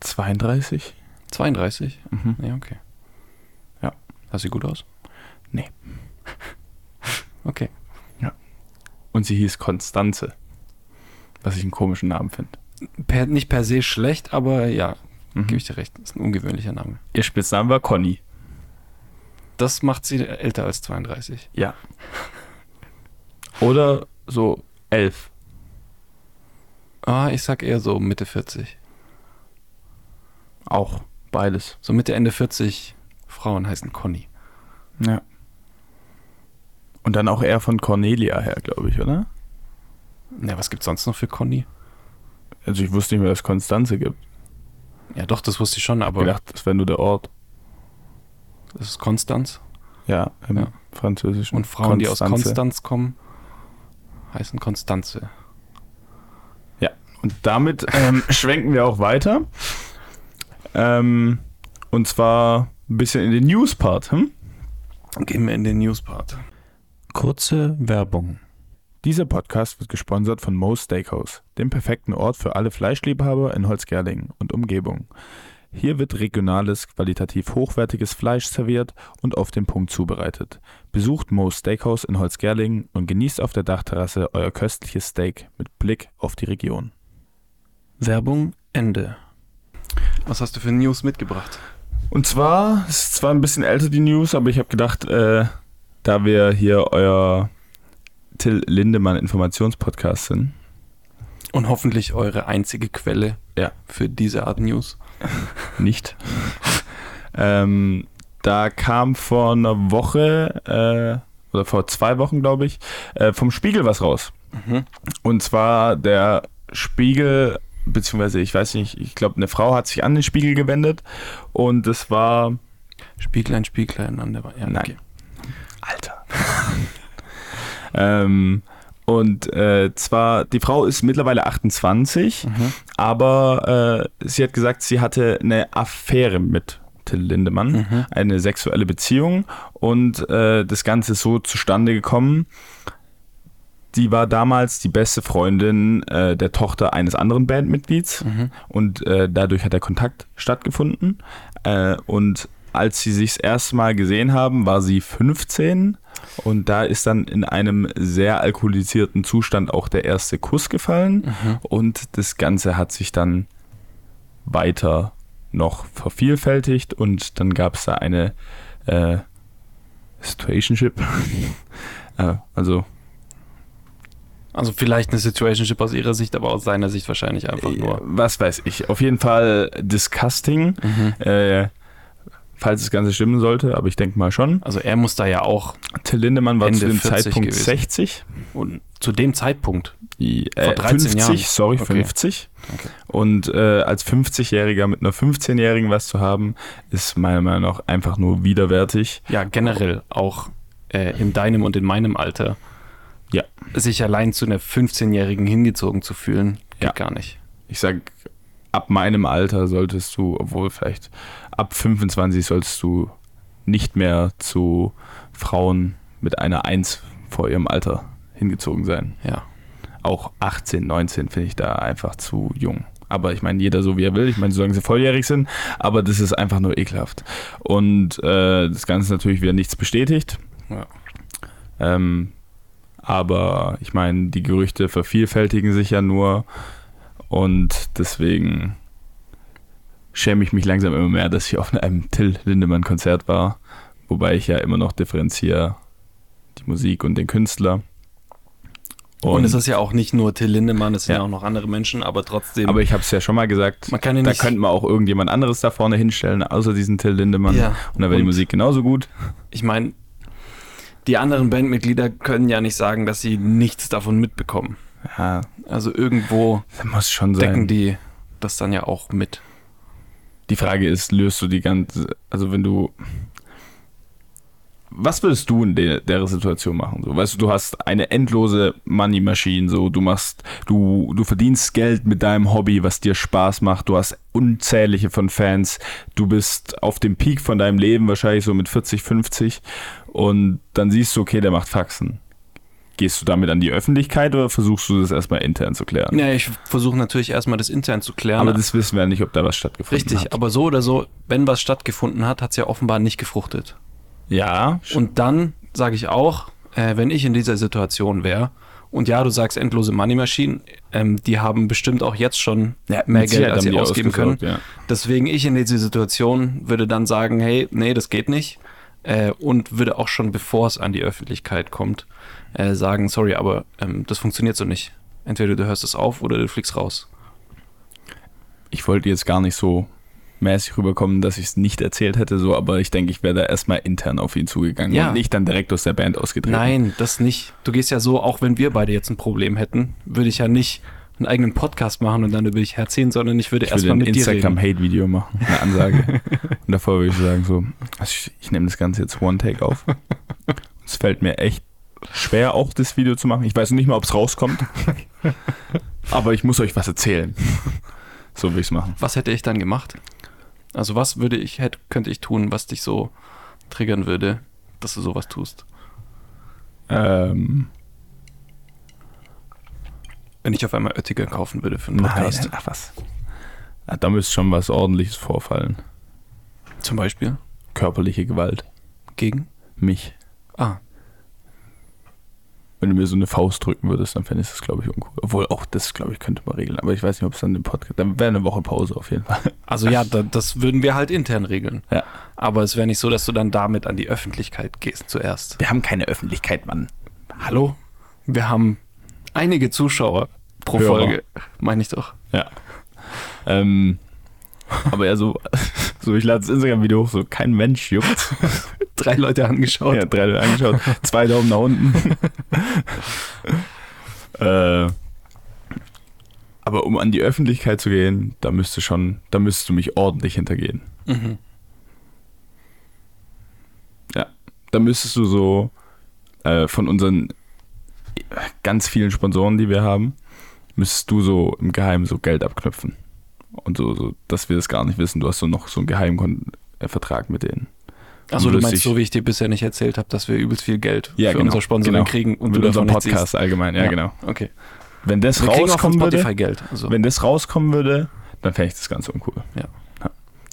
Speaker 1: 32?
Speaker 2: 32?
Speaker 1: Mhm.
Speaker 2: Ja, okay.
Speaker 1: Ja.
Speaker 2: Hast du gut aus?
Speaker 1: Nee.
Speaker 2: Okay.
Speaker 1: Und sie hieß Konstanze. Was ich einen komischen Namen finde.
Speaker 2: Per, nicht per se schlecht, aber ja,
Speaker 1: Mhm.
Speaker 2: gebe ich dir recht. Ist ein ungewöhnlicher Name.
Speaker 1: Ihr Spitzname war Conny.
Speaker 2: Das macht sie älter als 32.
Speaker 1: Ja. Oder so elf.
Speaker 2: Ah, ich sag eher so Mitte 40.
Speaker 1: Auch. Beides.
Speaker 2: So Mitte, Ende 40 Frauen heißen Conny.
Speaker 1: Ja. Und dann auch eher von Cornelia her, glaube ich, oder?
Speaker 2: Na, was gibt's sonst noch für Conny?
Speaker 1: Also ich wusste nicht mehr, dass es Konstanze gibt.
Speaker 2: Ja, doch, das wusste ich schon,
Speaker 1: Ich
Speaker 2: aber
Speaker 1: gedacht, das wäre nur der Ort.
Speaker 2: das ist Konstanz.
Speaker 1: Ja, im
Speaker 2: Ja.
Speaker 1: Französischen.
Speaker 2: Und Frauen, die aus
Speaker 1: Konstanze.
Speaker 2: Konstanz kommen, heißen Konstanze.
Speaker 1: Und damit ähm, schwenken wir auch weiter. Ähm, und zwar ein bisschen in den News-Part. Hm?
Speaker 2: Gehen wir in den Newspart. Kurze Werbung.
Speaker 1: Dieser Podcast wird gesponsert von Moe's Steakhouse, dem perfekten Ort für alle Fleischliebhaber in Holzgerlingen und Umgebung. Hier wird regionales, qualitativ hochwertiges Fleisch serviert und auf den Punkt zubereitet. Besucht Moe's Steakhouse in Holzgerlingen und genießt auf der Dachterrasse euer köstliches Steak mit Blick auf die Region.
Speaker 2: Werbung Ende. Was hast du für News mitgebracht?
Speaker 1: Und zwar, es ist zwar ein bisschen älter die News, aber ich habe gedacht, äh, da wir hier euer Till Lindemann Informationspodcast sind,
Speaker 2: Und hoffentlich eure einzige Quelle
Speaker 1: Ja.
Speaker 2: für diese Art News.
Speaker 1: nicht, ähm, da kam vor einer Woche äh, oder vor zwei Wochen, glaube ich, äh, vom Spiegel was raus. Und zwar der Spiegel, beziehungsweise ich weiß nicht, ich glaube, eine Frau hat sich an den Spiegel gewendet und es war
Speaker 2: Spieglein, Spieglein an der Wand. Ja,
Speaker 1: Nein.
Speaker 2: okay.
Speaker 1: Alter. ähm, und äh, zwar, die Frau ist mittlerweile 28,
Speaker 2: Mhm.
Speaker 1: aber äh, sie hat gesagt, sie hatte eine Affäre mit Till Lindemann,
Speaker 2: Mhm.
Speaker 1: eine sexuelle Beziehung und äh, das Ganze ist so zustande gekommen. Die war damals die beste Freundin äh, der Tochter eines anderen Bandmitglieds
Speaker 2: Mhm.
Speaker 1: und äh, dadurch hat der Kontakt stattgefunden. Äh, und als sie sich das erste Mal gesehen haben, war sie 15 und da ist dann in einem sehr alkoholisierten Zustand auch der erste Kuss gefallen
Speaker 2: Mhm.
Speaker 1: und das Ganze hat sich dann weiter noch vervielfältigt und dann gab es da eine äh, Situationship. äh, also
Speaker 2: Also vielleicht eine Situationship aus ihrer Sicht, aber aus seiner Sicht wahrscheinlich einfach nur.
Speaker 1: was weiß ich. Auf jeden Fall disgusting.
Speaker 2: Mhm.
Speaker 1: Äh, falls das Ganze stimmen sollte, aber ich denke mal schon.
Speaker 2: Also er muss da ja auch.
Speaker 1: Till Lindemann war
Speaker 2: Ende
Speaker 1: zu dem
Speaker 2: 40
Speaker 1: Zeitpunkt
Speaker 2: gewesen.
Speaker 1: 60.
Speaker 2: Und zu dem Zeitpunkt.
Speaker 1: Die,
Speaker 2: Vor 13
Speaker 1: 50,
Speaker 2: Jahren.
Speaker 1: äh, sorry,
Speaker 2: Okay.
Speaker 1: 50.
Speaker 2: Okay.
Speaker 1: Und äh, als 50-Jähriger mit einer 15-Jährigen was zu haben, ist meiner Meinung nach einfach nur widerwärtig.
Speaker 2: Ja, generell auch äh, in deinem und in meinem Alter.
Speaker 1: Ja.
Speaker 2: Sich allein zu einer 15-Jährigen hingezogen zu fühlen, geht
Speaker 1: Ja.
Speaker 2: gar nicht.
Speaker 1: Ich sag ab meinem Alter solltest du, obwohl vielleicht ab 25 solltest du nicht mehr zu Frauen mit einer 1 vor ihrem Alter hingezogen sein.
Speaker 2: Ja.
Speaker 1: Auch 18, 19 finde ich da einfach zu jung. Aber ich meine, jeder so wie er will. Ich meine, solange sie volljährig sind. Aber das ist einfach nur ekelhaft. Und äh, das Ganze natürlich wieder nichts bestätigt.
Speaker 2: Ja.
Speaker 1: Ähm, aber ich meine, die Gerüchte vervielfältigen sich ja nur. Und deswegen schäme ich mich langsam immer mehr, dass ich auf einem Till Lindemann-Konzert war. Wobei ich ja immer noch differenziere die Musik und den Künstler.
Speaker 2: Und, es ist ja auch nicht nur Till Lindemann, es sind ja,
Speaker 1: Ja.
Speaker 2: auch noch andere Menschen, aber trotzdem.
Speaker 1: aber ich habe es ja schon mal gesagt,
Speaker 2: man kann ja
Speaker 1: da
Speaker 2: nicht.
Speaker 1: könnte man auch irgendjemand anderes da vorne hinstellen, außer diesen Till Lindemann.
Speaker 2: ja.
Speaker 1: Und dann wäre die Musik genauso gut.
Speaker 2: Ich meine, die anderen Bandmitglieder können ja nicht sagen, dass sie nichts davon mitbekommen.
Speaker 1: Ja,
Speaker 2: Also irgendwo
Speaker 1: das muss schon
Speaker 2: decken
Speaker 1: sein.
Speaker 2: die das dann ja auch mit.
Speaker 1: Die Frage ist, löst du die ganze, also wenn du, was würdest du in der, der Situation machen? So, weißt du, du hast eine endlose Money Machine, so, du machst, du, du verdienst Geld mit deinem Hobby, was dir Spaß macht, du hast unzählige von Fans, du bist auf dem Peak von deinem Leben, wahrscheinlich so mit 40, 50 und dann siehst du, okay, der macht Faxen. Gehst du damit an die Öffentlichkeit oder versuchst du das erstmal intern zu klären?
Speaker 2: Ja, ich versuche natürlich erstmal das intern zu klären.
Speaker 1: Aber das wissen wir nicht, ob da was stattgefunden
Speaker 2: Richtig,
Speaker 1: hat.
Speaker 2: aber so oder so, wenn was stattgefunden hat, hat es ja offenbar nicht gefruchtet.
Speaker 1: Ja,
Speaker 2: Und dann sage ich auch, äh, wenn ich in dieser Situation wäre, und ja, du sagst endlose Money Machine, ähm, die haben bestimmt auch jetzt schon
Speaker 1: Ja,
Speaker 2: mehr
Speaker 1: mit
Speaker 2: Geld,
Speaker 1: Sicherheit
Speaker 2: als
Speaker 1: haben
Speaker 2: sie
Speaker 1: die
Speaker 2: ausgeben können.
Speaker 1: ausgesorgt, Ja.
Speaker 2: Deswegen ich in dieser Situation würde dann sagen, hey, nee, das geht nicht. Äh, und würde auch schon, bevor es an die Öffentlichkeit kommt, äh, sagen, sorry, aber ähm, das funktioniert so nicht. Entweder du hörst es auf oder du fliegst raus.
Speaker 1: Ich wollte jetzt gar nicht so mäßig rüberkommen, dass ich es nicht erzählt hätte, so, aber ich denke, ich wäre da erstmal intern auf ihn zugegangen
Speaker 2: Ja.
Speaker 1: und nicht dann direkt aus der Band ausgetreten.
Speaker 2: Nein, das nicht. Du gehst ja so, auch wenn wir beide jetzt ein Problem hätten, würde ich ja nicht einen eigenen Podcast machen und dann über dich herziehen, sondern ich würde
Speaker 1: Ich würde
Speaker 2: erstmal
Speaker 1: ein
Speaker 2: mit dir reden.
Speaker 1: Instagram-Hate-Video machen, eine Ansage. und davor würde ich sagen, so, also ich, ich nehme das Ganze jetzt One-Take auf. Es fällt mir echt schwer, auch das Video zu machen. Ich weiß nicht mal, ob es rauskommt. aber ich muss euch was erzählen. So will ich es machen.
Speaker 2: Was hätte ich dann gemacht? Also was würde ich, hätte, könnte ich tun, was dich so triggern würde, dass du sowas tust?
Speaker 1: Ähm,
Speaker 2: Wenn ich auf einmal Oettinger kaufen würde für einen
Speaker 1: Nein,
Speaker 2: Podcast.
Speaker 1: ach was. Ah, Da müsste schon was ordentliches vorfallen.
Speaker 2: Zum Beispiel
Speaker 1: Körperliche Gewalt.
Speaker 2: gegen?
Speaker 1: Mich.
Speaker 2: Ah,
Speaker 1: Wenn du mir so eine Faust drücken würdest, dann fände ich das, glaube ich, uncool. Obwohl, auch das, glaube ich, könnte man regeln. Aber ich weiß nicht, ob es dann im Podcast... Dann wäre eine Woche Pause auf jeden Fall.
Speaker 2: also ja, da, das würden wir halt intern regeln.
Speaker 1: Ja.
Speaker 2: Aber es wäre nicht so, dass du dann damit an die Öffentlichkeit gehst zuerst.
Speaker 1: Wir haben keine Öffentlichkeit, Mann.
Speaker 2: Hallo? Wir haben einige Zuschauer pro
Speaker 1: Hörer.
Speaker 2: Folge, meine ich doch.
Speaker 1: Ähm, aber ja, so... So, ich lade das Instagram-Video hoch, so kein Mensch juckt.
Speaker 2: Drei Leute angeschaut.
Speaker 1: Ja, drei Leute angeschaut. Zwei Daumen nach unten. äh, aber um an die Öffentlichkeit zu gehen, da müsste schon, da müsstest du mich ordentlich hintergehen.
Speaker 2: Mhm.
Speaker 1: da müsstest du so äh, von unseren ganz vielen Sponsoren, die wir haben, müsstest du so im Geheimen so Geld abknüpfen. Und so, so dass wir das gar nicht wissen. Du hast so noch so einen geheimen Vertrag mit denen.
Speaker 2: Also du
Speaker 1: Lustig.
Speaker 2: meinst, so wie ich dir bisher nicht erzählt habe, dass wir übelst viel Geld
Speaker 1: Ja,
Speaker 2: für
Speaker 1: genau,
Speaker 2: unser Sponsoring
Speaker 1: genau.
Speaker 2: kriegen und
Speaker 1: mit
Speaker 2: du davon
Speaker 1: unserem
Speaker 2: nichts
Speaker 1: Podcast allgemein, ja,
Speaker 2: Ja.
Speaker 1: genau.
Speaker 2: siehst. Okay.
Speaker 1: Wenn das
Speaker 2: Wir kriegen auch von
Speaker 1: rauskommen würde,
Speaker 2: Spotify Geld. Also.
Speaker 1: wenn das rauskommen würde, dann fände ich das Ganze uncool.
Speaker 2: Ja.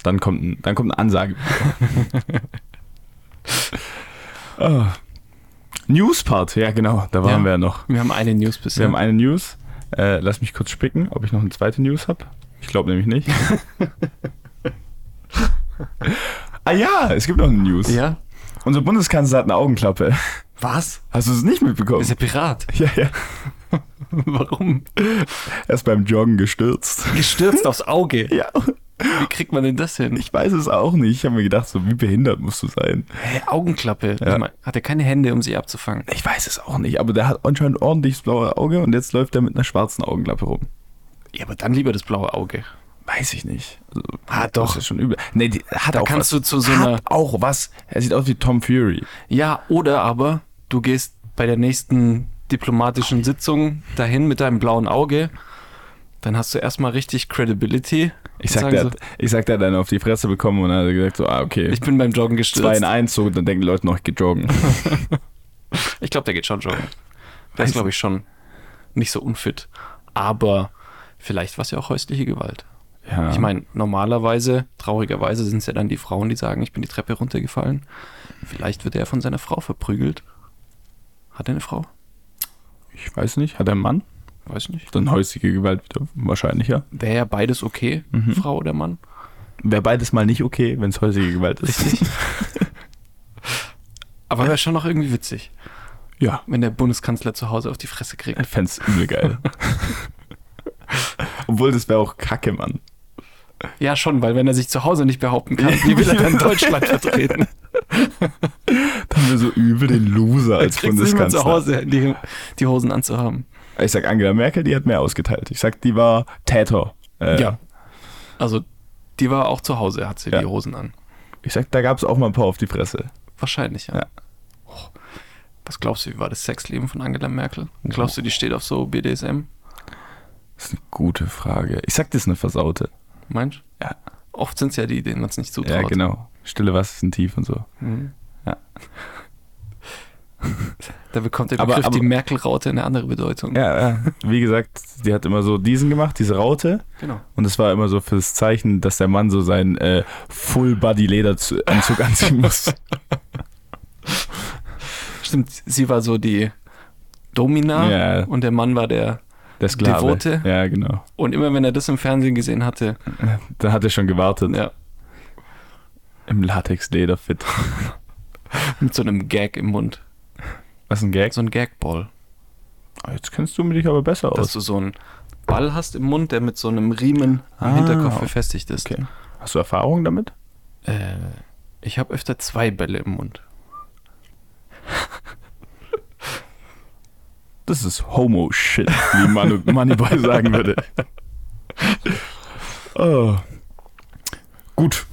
Speaker 1: Dann kommt, ein, dann kommt eine Ansage. Ah. Newspart, ja genau, da waren
Speaker 2: Ja.
Speaker 1: wir ja noch.
Speaker 2: Wir haben eine News
Speaker 1: Wir
Speaker 2: bisher.
Speaker 1: haben eine News. Äh, lass mich kurz spicken, ob ich noch eine zweite News habe. Ich glaube nämlich nicht. ah ja, es gibt noch eine News.
Speaker 2: ja?
Speaker 1: Unser Bundeskanzler hat eine Augenklappe.
Speaker 2: Was?
Speaker 1: Hast du es nicht mitbekommen?
Speaker 2: Ist er Pirat?
Speaker 1: Ja, ja.
Speaker 2: Warum?
Speaker 1: Er ist beim Joggen gestürzt.
Speaker 2: Gestürzt aufs Auge.
Speaker 1: Ja,
Speaker 2: Wie kriegt man denn das hin?
Speaker 1: ich weiß es auch nicht. Ich habe mir gedacht, so wie behindert musst du sein.
Speaker 2: Hä, Augenklappe.
Speaker 1: Ja.
Speaker 2: Ich mein, hat er keine Hände, um sie abzufangen?
Speaker 1: Ich weiß es auch nicht, aber der hat anscheinend ordentliches blaue Auge und jetzt läuft er mit einer schwarzen Augenklappe rum.
Speaker 2: Ja, aber dann lieber das blaue Auge.
Speaker 1: Weiß ich nicht. Also,
Speaker 2: Ah, doch.
Speaker 1: Das ist schon übel. Nee, die, hat
Speaker 2: Da
Speaker 1: auch
Speaker 2: kannst
Speaker 1: was.
Speaker 2: du zu so einer-
Speaker 1: hat auch was. Er sieht aus wie Tom Fury.
Speaker 2: Ja, oder aber du gehst bei der nächsten diplomatischen Sitzung dahin mit deinem blauen Auge. Dann hast du erstmal richtig Credibility.
Speaker 1: Ich sag,
Speaker 2: Sagen
Speaker 1: der,
Speaker 2: Sie-
Speaker 1: hat- ich sag, der hat einen auf die Fresse bekommen und dann hat er gesagt, so, ah, okay,
Speaker 2: Ich bin beim Joggen
Speaker 1: zwei in
Speaker 2: gestürzt.
Speaker 1: eins, so, dann denken die Leute noch, ich geh joggen.
Speaker 2: Ich glaube, der geht schon joggen. Der
Speaker 1: Weiß
Speaker 2: ist, glaube ich, schon nicht so unfit. Aber vielleicht war es ja auch häusliche Gewalt.
Speaker 1: Ja.
Speaker 2: Ich meine, normalerweise, traurigerweise sind es ja dann die Frauen, die sagen, ich bin die Treppe runtergefallen. Vielleicht wird er von seiner Frau verprügelt. Hat er eine Frau?
Speaker 1: ich weiß nicht, hat er einen Mann?
Speaker 2: Weiß nicht.
Speaker 1: Dann häusliche Gewalt wieder wahrscheinlicher.
Speaker 2: Wäre ja beides okay,
Speaker 1: Mhm.
Speaker 2: Frau oder Mann.
Speaker 1: Wäre beides mal nicht okay, wenn es häusliche Gewalt ist.
Speaker 2: Richtig. Aber wäre schon noch irgendwie witzig,
Speaker 1: Ja.
Speaker 2: wenn der Bundeskanzler zu Hause auf die Fresse kriegt.
Speaker 1: Ich fänd's übel geil. Obwohl, das wäre auch kacke, Mann.
Speaker 2: Ja, schon, weil wenn er sich zu Hause nicht behaupten kann, wie will er dann Deutschland vertreten?
Speaker 1: Dann wäre so übel den Loser als
Speaker 2: Kriegst du nicht mal zu
Speaker 1: Bundeskanzler.
Speaker 2: Hause die, die Hosen anzuhaben.
Speaker 1: Ich sag Angela Merkel, die hat mehr ausgeteilt. Ich sag, die war Täter. Äh,
Speaker 2: Ja. Also, die war auch zu Hause, hat sie
Speaker 1: Ja.
Speaker 2: die Hosen an.
Speaker 1: Ich sag, da gab's auch mal ein paar auf die Fresse.
Speaker 2: Wahrscheinlich, ja.
Speaker 1: Ja.
Speaker 2: Och, was glaubst du, wie war das Sexleben von Angela Merkel? Glaubst du, die steht auf so BDSM?
Speaker 1: Das ist eine gute Frage. Ich sag, das ist eine versaute.
Speaker 2: Meinst du?
Speaker 1: Ja.
Speaker 2: Oft sind es ja die, denen man es nicht zutraut.
Speaker 1: Ja, genau. Stille Wasser sind tief und so.
Speaker 2: Mhm.
Speaker 1: Ja.
Speaker 2: Da bekommt der
Speaker 1: Aber-
Speaker 2: Begriff
Speaker 1: aber-
Speaker 2: die Merkel-Raute eine andere Bedeutung.
Speaker 1: Ja, ja. Wie gesagt, die hat immer so diesen gemacht, diese Raute.
Speaker 2: Genau.
Speaker 1: Und das war immer so fürs Zeichen, dass der Mann so seinen äh, Full-Body-Lederanzug anziehen muss.
Speaker 2: Stimmt, sie war so die Domina
Speaker 1: Ja.
Speaker 2: und der Mann war der.
Speaker 1: Der Sklave.
Speaker 2: Devote.
Speaker 1: Ja, genau.
Speaker 2: Und immer wenn er das im Fernsehen gesehen hatte,
Speaker 1: Da hat er schon gewartet.
Speaker 2: ja,
Speaker 1: Im Latex-Lederfit.
Speaker 2: mit so einem Gag im Mund.
Speaker 1: Was ein Gag?
Speaker 2: So ein Gagball.
Speaker 1: Ah, Jetzt kennst du mich aber besser
Speaker 2: Dass du so einen Ball hast im Mund, der mit so einem Riemen am
Speaker 1: Ah,
Speaker 2: Hinterkopf
Speaker 1: okay.
Speaker 2: befestigt ist.
Speaker 1: Okay. Hast du Erfahrung damit?
Speaker 2: Äh, ich habe öfter zwei Bälle im Mund.
Speaker 1: Das ist Homo-Shit, wie Manu, Moneyboy sagen würde. Oh. Gut.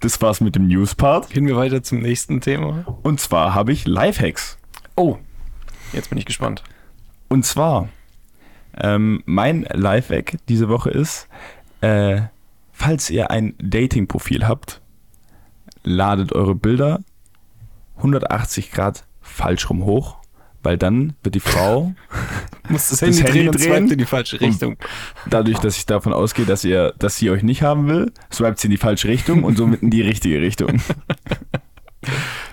Speaker 1: Das war's mit dem News-Part.
Speaker 2: Gehen wir weiter zum nächsten Thema.
Speaker 1: Und zwar habe ich Lifehacks.
Speaker 2: Oh, jetzt bin ich gespannt.
Speaker 1: Und zwar, ähm, mein Lifehack diese Woche ist, äh, falls ihr ein Dating-Profil habt, ladet eure Bilder 180 Grad falsch rum hoch, weil dann wird die Frau,
Speaker 2: Muss das
Speaker 1: Handy drehen und swiped in
Speaker 2: die falsche
Speaker 1: Richtung. dadurch, dass ich davon ausgehe, dass ihr, dass sie euch nicht haben will, swipet sie in die falsche Richtung und somit in die richtige Richtung.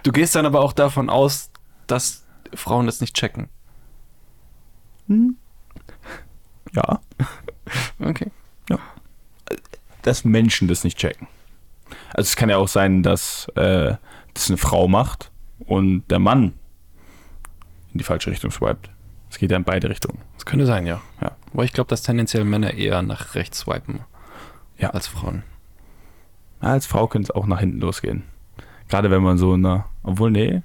Speaker 2: Du gehst dann aber auch davon aus, dass Frauen das nicht checken.
Speaker 1: Ja,
Speaker 2: Okay.
Speaker 1: dass Menschen das nicht checken. Also es kann ja auch sein, dass äh, das eine Frau macht und der Mann in die falsche Richtung swiped. Es geht ja in beide Richtungen.
Speaker 2: Das könnte sein, ja.
Speaker 1: Ja.
Speaker 2: Weil ich glaube, dass tendenziell Männer eher nach rechts swipen
Speaker 1: Ja.
Speaker 2: als Frauen.
Speaker 1: Ja, als Frau könnte es auch nach hinten losgehen. Gerade wenn man so in einer, obwohl nee,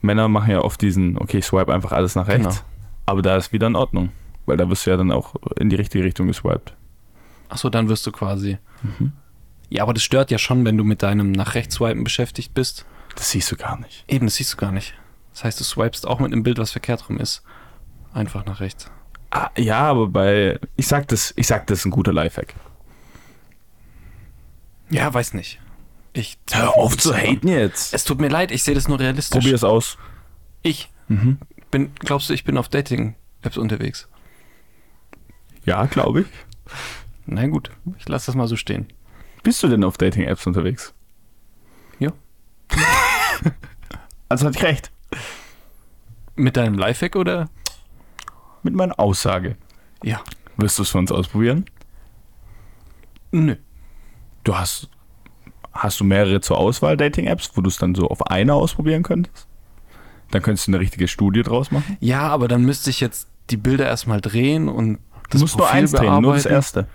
Speaker 1: Männer machen ja oft diesen, okay, ich swipe einfach alles nach rechts.
Speaker 2: Genau.
Speaker 1: Aber da ist wieder in Ordnung, weil da wirst du ja dann auch in die richtige Richtung geswiped.
Speaker 2: Achso, dann wirst du quasi. Mhm. Ja, aber das stört ja schon, wenn du mit deinem nach rechts swipen beschäftigt bist.
Speaker 1: Das siehst du gar nicht.
Speaker 2: Eben, das siehst du gar nicht. Das heißt, du swipest auch mit einem Bild, was verkehrt rum ist. Einfach nach rechts.
Speaker 1: Ah, ja, aber bei, ich sag das, ich sag das ist ein guter Lifehack.
Speaker 2: Ja, weiß nicht. Ich
Speaker 1: Hör auf zu haten jetzt.
Speaker 2: Es tut mir leid, ich sehe das nur realistisch.
Speaker 1: Probier es aus.
Speaker 2: Ich bin, glaubst du, ich bin auf Dating-Apps unterwegs?
Speaker 1: Ja, glaube ich.
Speaker 2: Na gut, ich lasse das mal so stehen.
Speaker 1: Bist du denn auf Dating-Apps unterwegs?
Speaker 2: Ja.
Speaker 1: Also hatte ich recht
Speaker 2: Mit deinem Lifehack oder?
Speaker 1: mit meiner Aussage.
Speaker 2: Ja.
Speaker 1: Wirst du es für uns ausprobieren?
Speaker 2: Nö.
Speaker 1: Du hast, hast du mehrere zur Auswahl Dating-Apps, wo du es dann so auf einer ausprobieren könntest? Dann könntest du eine richtige Studie draus machen.
Speaker 2: Ja, aber dann müsste ich jetzt die Bilder erstmal drehen und
Speaker 1: Du
Speaker 2: das
Speaker 1: musst nur
Speaker 2: Profil
Speaker 1: eins drehen, nur das
Speaker 2: bearbeiten.
Speaker 1: erste.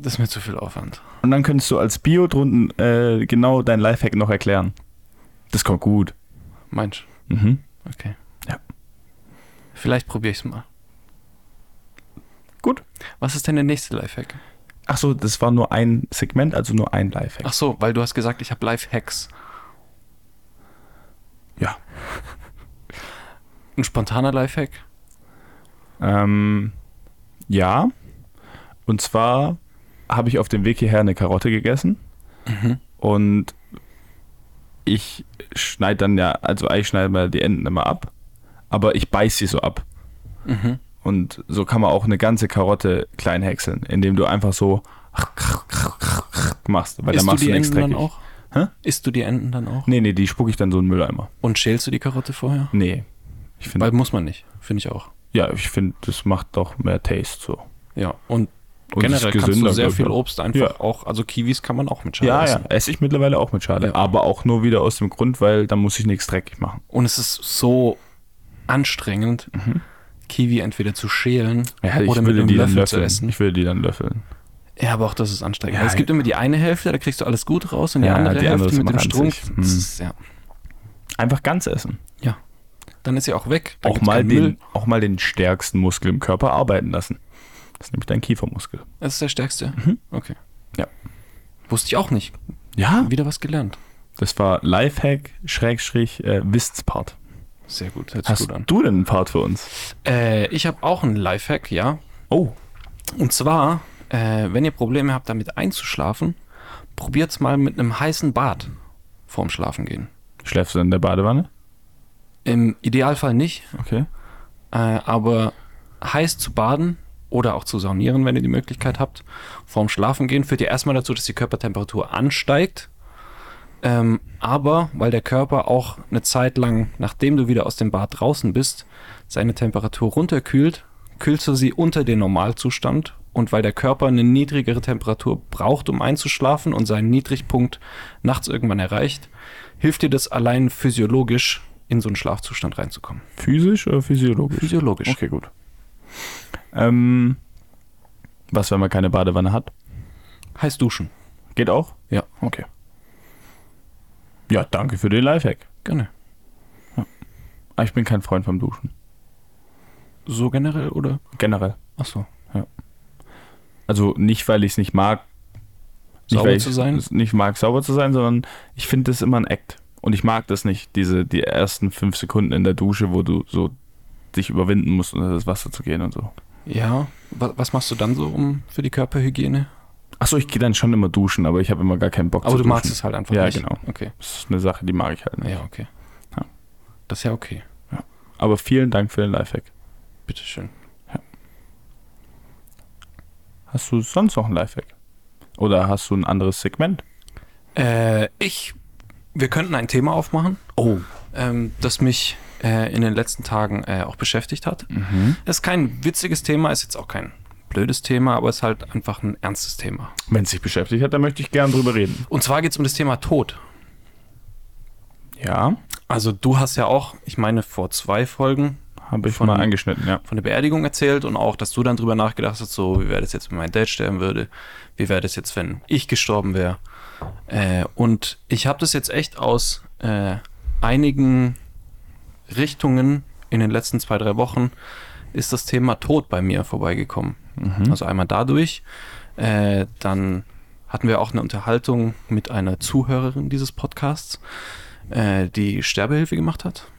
Speaker 2: Das ist mir zu viel Aufwand.
Speaker 1: Und dann könntest du als Bio drunten äh, genau dein Lifehack noch erklären. Das kommt gut.
Speaker 2: Meinst
Speaker 1: Mhm.
Speaker 2: du? Okay.
Speaker 1: Ja.
Speaker 2: Vielleicht probiere ich es mal.
Speaker 1: Gut.
Speaker 2: Was ist denn der nächste Lifehack?
Speaker 1: Ach so, das war nur ein Segment, also nur ein Lifehack.
Speaker 2: Ach so, weil du hast gesagt, ich habe Lifehacks.
Speaker 1: Ja.
Speaker 2: Ein spontaner Lifehack?
Speaker 1: Ähm, ja. Und zwar habe ich auf dem Weg hierher eine Karotte gegessen
Speaker 2: Mhm.
Speaker 1: und ich schneide dann ja, also eigentlich schneiden wir die Enden immer ab, aber ich beiß sie so ab.
Speaker 2: Mhm.
Speaker 1: Und so kann man auch eine ganze Karotte klein häckseln, indem du einfach so machst, weil dann
Speaker 2: Isst du
Speaker 1: machst
Speaker 2: die
Speaker 1: du nichts
Speaker 2: Enden dann
Speaker 1: dreckig.
Speaker 2: auch?
Speaker 1: Hä?
Speaker 2: Isst du die Enden dann auch?
Speaker 1: Nee, nee, die spucke ich dann so in den Mülleimer.
Speaker 2: Und schälst du die Karotte vorher?
Speaker 1: Nee. Ich finde,
Speaker 2: Weil muss man nicht, finde ich auch.
Speaker 1: ja, ich finde, das macht doch mehr Taste so.
Speaker 2: Ja, und,
Speaker 1: Und es
Speaker 2: generell
Speaker 1: ist
Speaker 2: kannst du
Speaker 1: gesünder,
Speaker 2: sehr
Speaker 1: glaub ich,
Speaker 2: viel
Speaker 1: auch.
Speaker 2: Obst einfach
Speaker 1: Ja.
Speaker 2: auch, also Kiwis kann man auch mit Schale
Speaker 1: Ja,
Speaker 2: essen.
Speaker 1: ja, esse ich mittlerweile auch mit Schale.
Speaker 2: Ja.
Speaker 1: Aber auch nur wieder aus dem Grund, weil dann muss ich nichts dreckig machen.
Speaker 2: Und es ist so anstrengend, Kiwi entweder zu schälen
Speaker 1: Mhm. Ja, ich
Speaker 2: oder mit
Speaker 1: würde
Speaker 2: einem
Speaker 1: die
Speaker 2: Löffel
Speaker 1: dann
Speaker 2: zu
Speaker 1: löffeln.
Speaker 2: essen.
Speaker 1: Ich würde die dann löffeln.
Speaker 2: Ja, aber auch das ist anstrengend.
Speaker 1: Ja,
Speaker 2: es gibt immer die eine Hälfte, da kriegst du alles gut raus und die
Speaker 1: Ja,
Speaker 2: andere
Speaker 1: die andere
Speaker 2: Hälfte
Speaker 1: ist
Speaker 2: mit dem
Speaker 1: immer Mhm.
Speaker 2: Strumpf.
Speaker 1: ranzig.
Speaker 2: das ist- Ja.
Speaker 1: Einfach ganz essen.
Speaker 2: Dann ist sie auch weg. Da
Speaker 1: Auch
Speaker 2: gibt's
Speaker 1: mal,
Speaker 2: keinen Müll.
Speaker 1: den, auch mal den stärksten Muskel im Körper arbeiten lassen. Das ist nämlich dein Kiefermuskel.
Speaker 2: Das ist der stärkste. Okay.
Speaker 1: Mhm. Ja.
Speaker 2: Wusste ich auch nicht.
Speaker 1: Ja.
Speaker 2: Wieder was gelernt.
Speaker 1: Das war Lifehack, Schrägstrich, äh, Wissenspart.
Speaker 2: Sehr gut. Hört sich
Speaker 1: Hast
Speaker 2: gut an.
Speaker 1: du denn einen Part für uns?
Speaker 2: Äh, ich habe auch einen Lifehack, ja.
Speaker 1: Oh.
Speaker 2: Und zwar, äh, wenn ihr Probleme habt, damit einzuschlafen, probiert's mal mit einem heißen Bad vorm Schlafengehen.
Speaker 1: Schläfst du in der Badewanne?
Speaker 2: Im Idealfall nicht,
Speaker 1: Okay.
Speaker 2: äh, aber heiß zu baden oder auch zu saunieren, wenn ihr die Möglichkeit habt, vorm Schlafengehen führt ja erstmal dazu, dass die Körpertemperatur ansteigt. Ähm, aber weil der Körper auch eine Zeit lang, nachdem du wieder aus dem Bad draußen bist, seine Temperatur runterkühlt, kühlst du sie unter den Normalzustand. Und weil der Körper eine niedrigere Temperatur braucht, um einzuschlafen und seinen Niedrigpunkt nachts irgendwann erreicht, hilft dir das allein physiologisch, in so einen Schlafzustand reinzukommen.
Speaker 1: Physisch oder physiologisch?
Speaker 2: Physiologisch.
Speaker 1: Okay, gut. Ähm, was, wenn man keine Badewanne hat?
Speaker 2: Heiß duschen.
Speaker 1: Geht auch?
Speaker 2: Ja.
Speaker 1: Okay. Ja, danke für den Lifehack.
Speaker 2: Gerne.
Speaker 1: Ah, Ich bin kein Freund vom Duschen.
Speaker 2: So generell oder?
Speaker 1: Generell.
Speaker 2: Ach so.
Speaker 1: Also nicht, weil ich es nicht mag. Nicht,
Speaker 2: Sauber
Speaker 1: weil ich
Speaker 2: zu sein?
Speaker 1: es Nicht mag, sauber zu sein, sondern ich finde das immer ein Act. Und ich mag das nicht, diese, die ersten fünf Sekunden in der Dusche, wo du so dich überwinden musst, unter das Wasser zu gehen und so.
Speaker 2: Ja. Wa- Was machst du dann so um für die Körperhygiene?
Speaker 1: Achso, ich gehe dann schon immer duschen, aber ich habe immer gar keinen Bock
Speaker 2: Aber
Speaker 1: zu
Speaker 2: du
Speaker 1: duschen.
Speaker 2: magst es halt einfach
Speaker 1: Ja,
Speaker 2: nicht.
Speaker 1: genau.
Speaker 2: Okay.
Speaker 1: Das ist eine Sache, die mag ich halt nicht.
Speaker 2: Ja, okay.
Speaker 1: Ja.
Speaker 2: Das ist ja okay.
Speaker 1: Aber vielen Dank für den Lifehack.
Speaker 2: Bitteschön.
Speaker 1: Hast du sonst noch einen Lifehack? Oder hast du ein anderes Segment?
Speaker 2: Äh, ich, wir könnten ein Thema aufmachen,
Speaker 1: Oh.
Speaker 2: ähm, das mich äh, in den letzten Tagen äh, auch beschäftigt hat.
Speaker 1: Mhm.
Speaker 2: Es ist kein witziges Thema, ist jetzt auch kein blödes Thema, aber es ist halt einfach ein ernstes Thema.
Speaker 1: Wenn es dich beschäftigt hat, dann möchte ich gern drüber reden.
Speaker 2: Und zwar geht es um das Thema Tod.
Speaker 1: Ja,
Speaker 2: Also du hast ja auch, ich meine vor zwei Folgen,
Speaker 1: habe ich
Speaker 2: Von-
Speaker 1: mal angeschnitten, ja.
Speaker 2: von der Beerdigung erzählt und auch, dass du dann drüber nachgedacht hast, so, wie wäre das jetzt, wenn mein Dad sterben würde? Wie wäre das jetzt, wenn ich gestorben wäre? Äh, und ich habe das jetzt echt aus äh, einigen Richtungen in den letzten zwei, drei Wochen ist das Thema Tod bei mir vorbeigekommen. Also einmal dadurch, äh, dann hatten wir auch eine Unterhaltung mit einer Zuhörerin dieses Podcasts, äh, die Sterbehilfe gemacht hat.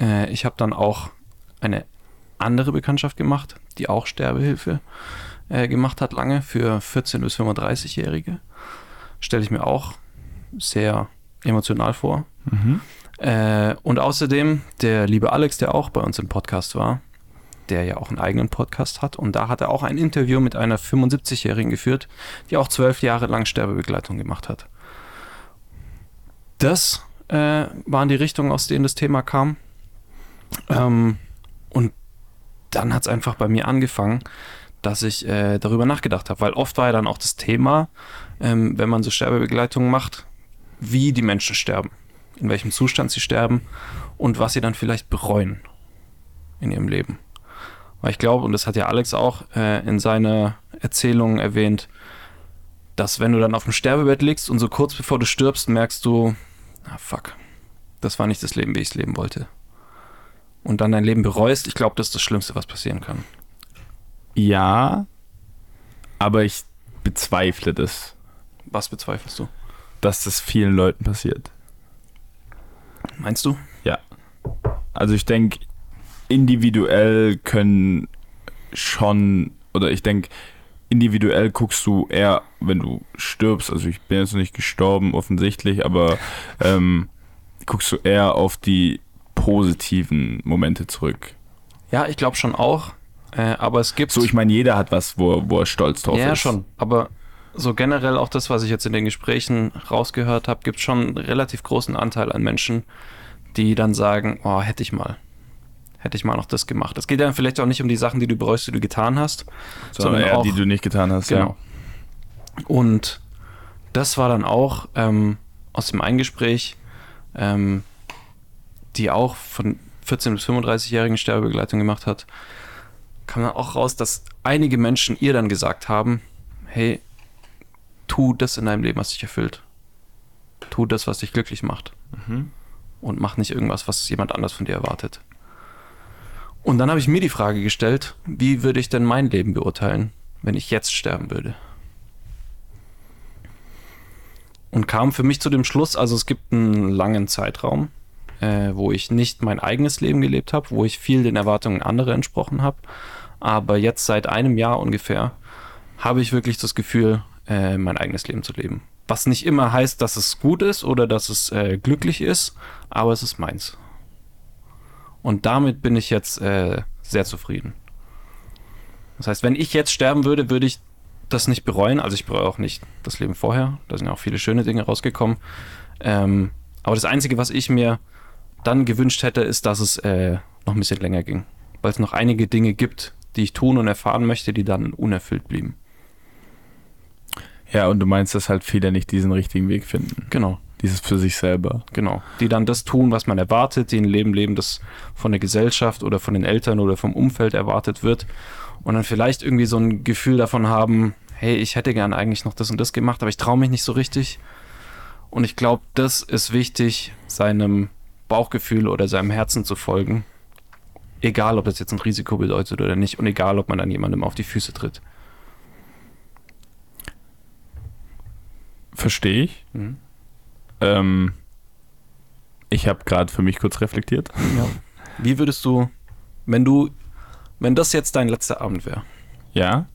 Speaker 2: Äh, ich habe dann auch eine andere Bekanntschaft gemacht, die auch Sterbehilfe äh, gemacht hat, lange für 14- bis 35-Jährige. Stelle ich mir auch sehr emotional vor.
Speaker 1: Mhm.
Speaker 2: Äh, und außerdem der liebe Alex, der auch bei uns im Podcast war, der ja auch einen eigenen Podcast hat. Und da hat er auch ein Interview mit einer 75-Jährigen geführt, die auch zwölf Jahre lang Sterbebegleitung gemacht hat. Das äh, waren die Richtungen, aus denen das Thema kam. Ähm, und dann hat es einfach bei mir angefangen, dass ich äh, darüber nachgedacht habe, weil oft war ja dann auch das Thema, ähm, wenn man so Sterbebegleitung macht, wie die Menschen sterben, in welchem Zustand sie sterben und was sie dann vielleicht bereuen in ihrem Leben. Weil ich glaube, und das hat ja Alex auch äh, in seiner Erzählung erwähnt, dass wenn du dann auf dem Sterbebett liegst und so kurz bevor du stirbst, merkst du, ah fuck, das war nicht das Leben, wie ich es leben wollte. Und dann dein Leben bereust, ich glaube, das ist das Schlimmste, was passieren kann.
Speaker 1: Ja, aber ich bezweifle das,
Speaker 2: Was bezweifelst du?
Speaker 1: dass das vielen Leuten passiert.
Speaker 2: Meinst du?
Speaker 1: Also ich denke, individuell können schon, oder ich denke, individuell guckst du eher, wenn du stirbst, also ich bin jetzt noch nicht gestorben offensichtlich, aber ähm, guckst du eher auf die positiven Momente zurück.
Speaker 2: Ja, ich glaube schon auch. Äh, aber es gibt.
Speaker 1: So, ich meine, jeder hat was, wo, er- wo er stolz drauf ist.
Speaker 2: ja, schon. Aber so generell auch das, was ich jetzt in den Gesprächen rausgehört habe, gibt schon einen relativ großen Anteil an Menschen, die dann sagen, oh, hätte ich mal. Hätte ich mal noch das gemacht. Es geht dann vielleicht auch nicht um die Sachen, die du bereust, die du getan hast.
Speaker 1: Sondern
Speaker 2: sondern
Speaker 1: eher
Speaker 2: auch-
Speaker 1: die du nicht getan hast.
Speaker 2: Genau. Und das war dann auch ähm, aus dem Eingespräch, ähm, die auch von 14- bis 35-jährigen Sterbebegleitung gemacht hat, kam dann auch raus, dass einige Menschen ihr dann gesagt haben, hey, tu das in deinem Leben, was dich erfüllt. Tu das, was dich glücklich macht. Und mach nicht irgendwas, was jemand anders von dir erwartet. Und dann habe ich mir die Frage gestellt, wie würde ich denn mein Leben beurteilen, wenn ich jetzt sterben würde? Und kam für mich zu dem Schluss, also es gibt einen langen Zeitraum, äh, wo ich nicht mein eigenes Leben gelebt habe, wo ich viel den Erwartungen anderer entsprochen habe. Aber jetzt seit einem Jahr ungefähr habe ich wirklich das Gefühl, äh, mein eigenes Leben zu leben. Was nicht immer heißt, dass es gut ist oder dass es äh, glücklich ist, aber es ist meins. Und damit bin ich jetzt äh, sehr zufrieden. Das heißt, wenn ich jetzt sterben würde, würde ich das nicht bereuen. Also ich bereue auch nicht das Leben vorher. Da sind ja auch viele schöne Dinge rausgekommen. Ähm, aber das Einzige, was ich mir dann gewünscht hätte, ist, dass es äh, noch ein bisschen länger ging. Weil es noch einige Dinge gibt, die ich tun und erfahren möchte, die dann unerfüllt blieben.
Speaker 1: Ja, und du meinst, dass halt viele nicht diesen richtigen Weg finden.
Speaker 2: Genau,
Speaker 1: Dieses für sich selber.
Speaker 2: genau. Die dann das tun, was man erwartet, die ein Leben leben, das von der Gesellschaft oder von den Eltern oder vom Umfeld erwartet wird. Und dann vielleicht irgendwie so ein Gefühl davon haben, hey, ich hätte gern eigentlich noch das und das gemacht, aber ich traue mich nicht so richtig. Und ich glaube, das ist wichtig, seinem Bauchgefühl oder seinem Herzen zu folgen. Egal, ob das jetzt ein Risiko bedeutet oder nicht und egal, ob man dann jemandem auf die Füße tritt.
Speaker 1: Verstehe ich.
Speaker 2: Mhm.
Speaker 1: Ähm, ich habe gerade für mich kurz reflektiert.
Speaker 2: Wie würdest du, wenn du, wenn das jetzt dein letzter Abend wäre,
Speaker 1: Ja.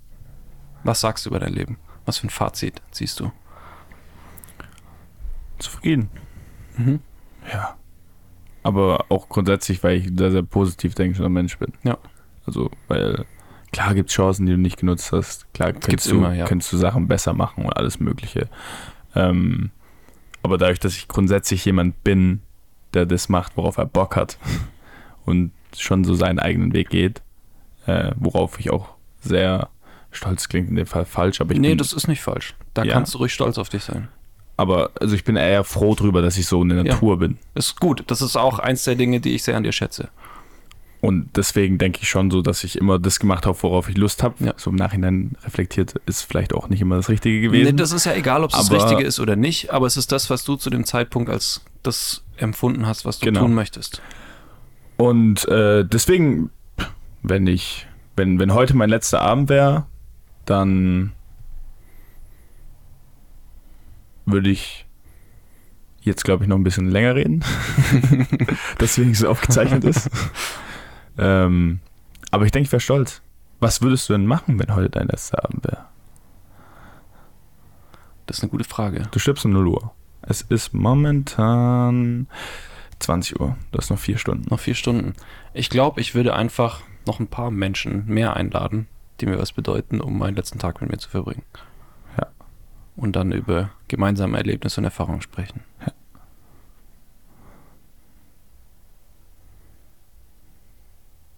Speaker 2: was sagst du über dein Leben? Was für ein Fazit ziehst du?
Speaker 1: Zufrieden.
Speaker 2: Mhm.
Speaker 1: Ja. Aber auch grundsätzlich, weil ich ein sehr, sehr positiv denkender Mensch bin.
Speaker 2: Ja.
Speaker 1: Also, weil klar gibt es Chancen, die du nicht genutzt hast. Klar
Speaker 2: gibt's
Speaker 1: könntest du,
Speaker 2: immer, ja.
Speaker 1: könntest du Sachen besser machen und alles Mögliche. Ähm, aber dadurch, dass ich grundsätzlich jemand bin, der das macht, worauf er Bock hat und schon so seinen eigenen Weg geht, äh, worauf ich auch sehr stolz klingt in dem Fall falsch, aber ich
Speaker 2: nee,
Speaker 1: bin
Speaker 2: das ist nicht falsch. Da
Speaker 1: Ja.
Speaker 2: kannst du ruhig stolz auf dich sein.
Speaker 1: aber also ich bin eher froh drüber, dass ich so in der
Speaker 2: Ja.
Speaker 1: Natur bin.
Speaker 2: Ist gut. Das ist auch eins der Dinge, die ich sehr an dir schätze.
Speaker 1: Und deswegen denke ich schon so, dass ich immer das gemacht habe, worauf ich Lust habe.
Speaker 2: Ja.
Speaker 1: So im Nachhinein reflektiert ist vielleicht auch nicht immer das Richtige gewesen.
Speaker 2: Nee, das ist ja egal, ob es das
Speaker 1: Aber-
Speaker 2: Richtige ist oder nicht, aber es ist das, was du zu dem Zeitpunkt als das empfunden hast, was du
Speaker 1: Genau.
Speaker 2: tun möchtest.
Speaker 1: Und äh, deswegen, wenn ich, wenn, wenn heute mein letzter Abend wäre, dann würde ich jetzt, glaube ich, noch ein bisschen länger reden. deswegen so aufgezeichnet ist. ähm, aber ich denke, ich wäre stolz. Was würdest du denn machen, wenn heute dein letzter Abend wäre?
Speaker 2: Das ist eine gute Frage.
Speaker 1: Du stirbst um 0 Uhr. Es ist momentan 20 Uhr. Du hast noch vier Stunden.
Speaker 2: Noch vier Stunden. Ich glaube, ich würde einfach noch ein paar Menschen mehr einladen, die mir was bedeuten, um meinen letzten Tag mit mir zu verbringen.
Speaker 1: Ja.
Speaker 2: Und dann über gemeinsame Erlebnisse und Erfahrungen sprechen.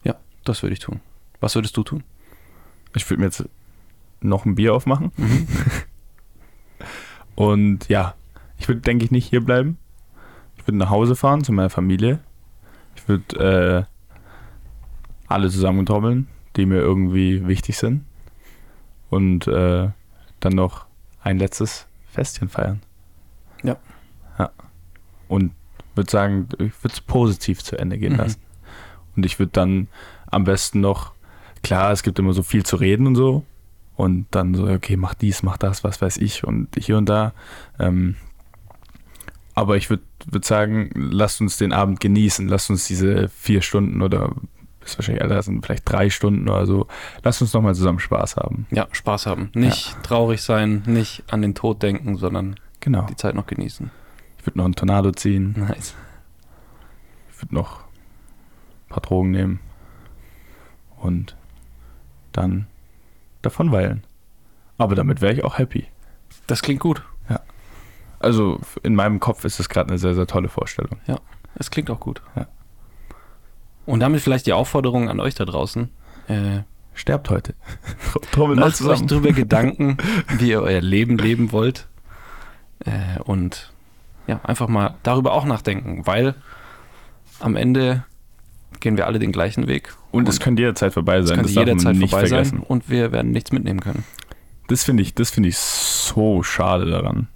Speaker 2: Ja, das würde ich tun. Was würdest du tun?
Speaker 1: Ich würde mir jetzt noch ein Bier aufmachen. Und ja, ich würde, denke ich, nicht hier bleiben. Ich würde nach Hause fahren zu meiner Familie. Ich würde äh, alle zusammentrommeln, die mir irgendwie wichtig sind. Und äh, dann noch ein letztes Festchen feiern.
Speaker 2: Ja.
Speaker 1: ja. Und würde sagen, ich würde es positiv zu Ende gehen
Speaker 2: Mhm.
Speaker 1: lassen. Und ich würde dann am besten noch, klar, es gibt immer so viel zu reden und so. Und dann so, okay, mach dies, mach das, was weiß ich und hier und da. Ähm, aber ich würde würd sagen, lasst uns den Abend genießen, lasst uns diese vier Stunden oder ist wahrscheinlich, Alter, das sind vielleicht drei Stunden oder so. Lasst uns nochmal zusammen Spaß haben.
Speaker 2: Ja, Spaß haben. Nicht traurig sein, nicht an den Tod denken, sondern
Speaker 1: Genau.
Speaker 2: die Zeit noch genießen.
Speaker 1: Ich würde noch einen Tornado ziehen.
Speaker 2: Oh. Nice.
Speaker 1: Ich würde noch ein paar Drogen nehmen. Und dann davon weilen. Aber damit wäre ich auch happy.
Speaker 2: Das klingt gut.
Speaker 1: Also in meinem Kopf ist das gerade eine sehr, sehr tolle Vorstellung.
Speaker 2: Es klingt auch gut.
Speaker 1: Ja.
Speaker 2: Und damit vielleicht die Aufforderung an euch da draußen. Äh,
Speaker 1: Sterbt heute. Trommelt
Speaker 2: macht euch drüber Gedanken, wie ihr euer Leben leben wollt. Äh, und ja, einfach mal darüber auch nachdenken, weil am Ende gehen wir alle den gleichen Weg.
Speaker 1: Und es könnte jederzeit vorbei
Speaker 2: Es
Speaker 1: sein.
Speaker 2: könnte
Speaker 1: darf man
Speaker 2: jederzeit
Speaker 1: nicht
Speaker 2: vorbei sein
Speaker 1: vergessen.
Speaker 2: und wir werden nichts mitnehmen können.
Speaker 1: Das finde ich, das finde ich so schade daran.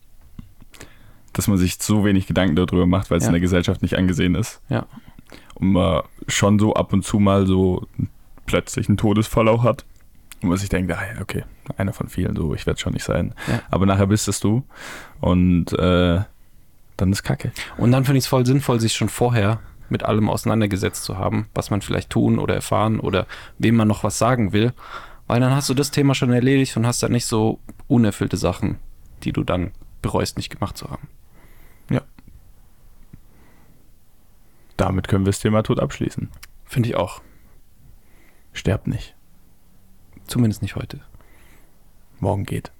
Speaker 1: Dass man sich so wenig Gedanken darüber macht, weil es
Speaker 2: Ja.
Speaker 1: in der Gesellschaft nicht angesehen ist.
Speaker 2: Ja.
Speaker 1: Und man schon so ab und zu mal so plötzlich einen Todesfall auch hat. Und man sich denkt, ah, ja, okay, einer von vielen, so, ich werde schon nicht sein.
Speaker 2: Ja.
Speaker 1: Aber nachher bist es du. Und äh, dann ist Kacke.
Speaker 2: Und dann finde ich es voll sinnvoll, sich schon vorher mit allem auseinandergesetzt zu haben, was man vielleicht tun oder erfahren oder wem man noch was sagen will. Weil dann hast du das Thema schon erledigt und hast dann nicht so unerfüllte Sachen, die du dann bereust, nicht gemacht zu haben.
Speaker 1: Damit können wir das Thema Tod abschließen.
Speaker 2: Finde ich auch.
Speaker 1: Sterbt nicht.
Speaker 2: Zumindest nicht heute.
Speaker 1: Morgen geht.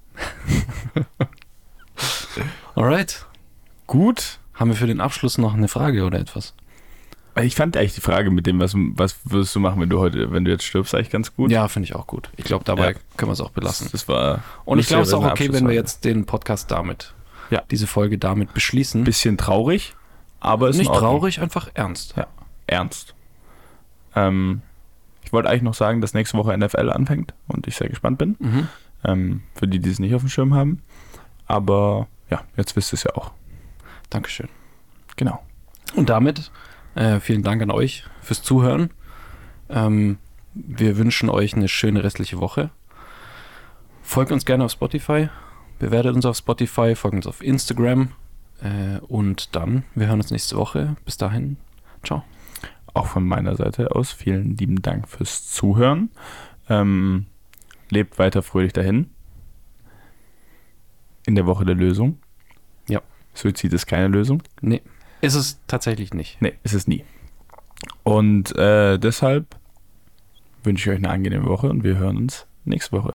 Speaker 2: Alright.
Speaker 1: Gut.
Speaker 2: Haben wir für den Abschluss noch eine Frage oder etwas?
Speaker 1: Ich fand eigentlich die Frage mit dem, was, was würdest du machen, wenn du heute, wenn du jetzt stirbst, eigentlich ganz gut.
Speaker 2: Ja, finde ich auch gut. Ich glaube, dabei
Speaker 1: Ja.
Speaker 2: können wir es auch belassen.
Speaker 1: Das, das war
Speaker 2: Und ich glaube, es ist auch okay, wenn wir
Speaker 1: Abschlussfrage.
Speaker 2: jetzt den Podcast damit,
Speaker 1: Ja.
Speaker 2: diese Folge damit beschließen.
Speaker 1: ein bisschen traurig, aber ist in
Speaker 2: nicht
Speaker 1: Ordnung.
Speaker 2: traurig, einfach ernst.
Speaker 1: Ernst. Ähm, ich wollte eigentlich noch sagen, dass nächste Woche NFL anfängt und ich sehr gespannt bin.
Speaker 2: Mhm.
Speaker 1: Ähm, für die, die es nicht auf dem Schirm haben. Aber ja, jetzt wisst ihr es ja auch.
Speaker 2: Dankeschön.
Speaker 1: Genau.
Speaker 2: Und damit äh, vielen Dank an euch fürs Zuhören. Ähm, wir wünschen euch eine schöne restliche Woche. Folgt uns gerne auf Spotify, bewertet uns auf Spotify, folgt uns auf Instagram äh, und dann, wir hören uns nächste Woche. Bis dahin, ciao.
Speaker 1: Auch von meiner Seite aus vielen lieben Dank fürs Zuhören. Ähm, lebt weiter fröhlich dahin. In der Woche der Lösung.
Speaker 2: Ja.
Speaker 1: Suizid ist keine Lösung.
Speaker 2: Nee, ist es tatsächlich nicht.
Speaker 1: Nee, ist es nie. Und äh, deshalb wünsche ich euch eine angenehme Woche und wir hören uns nächste Woche.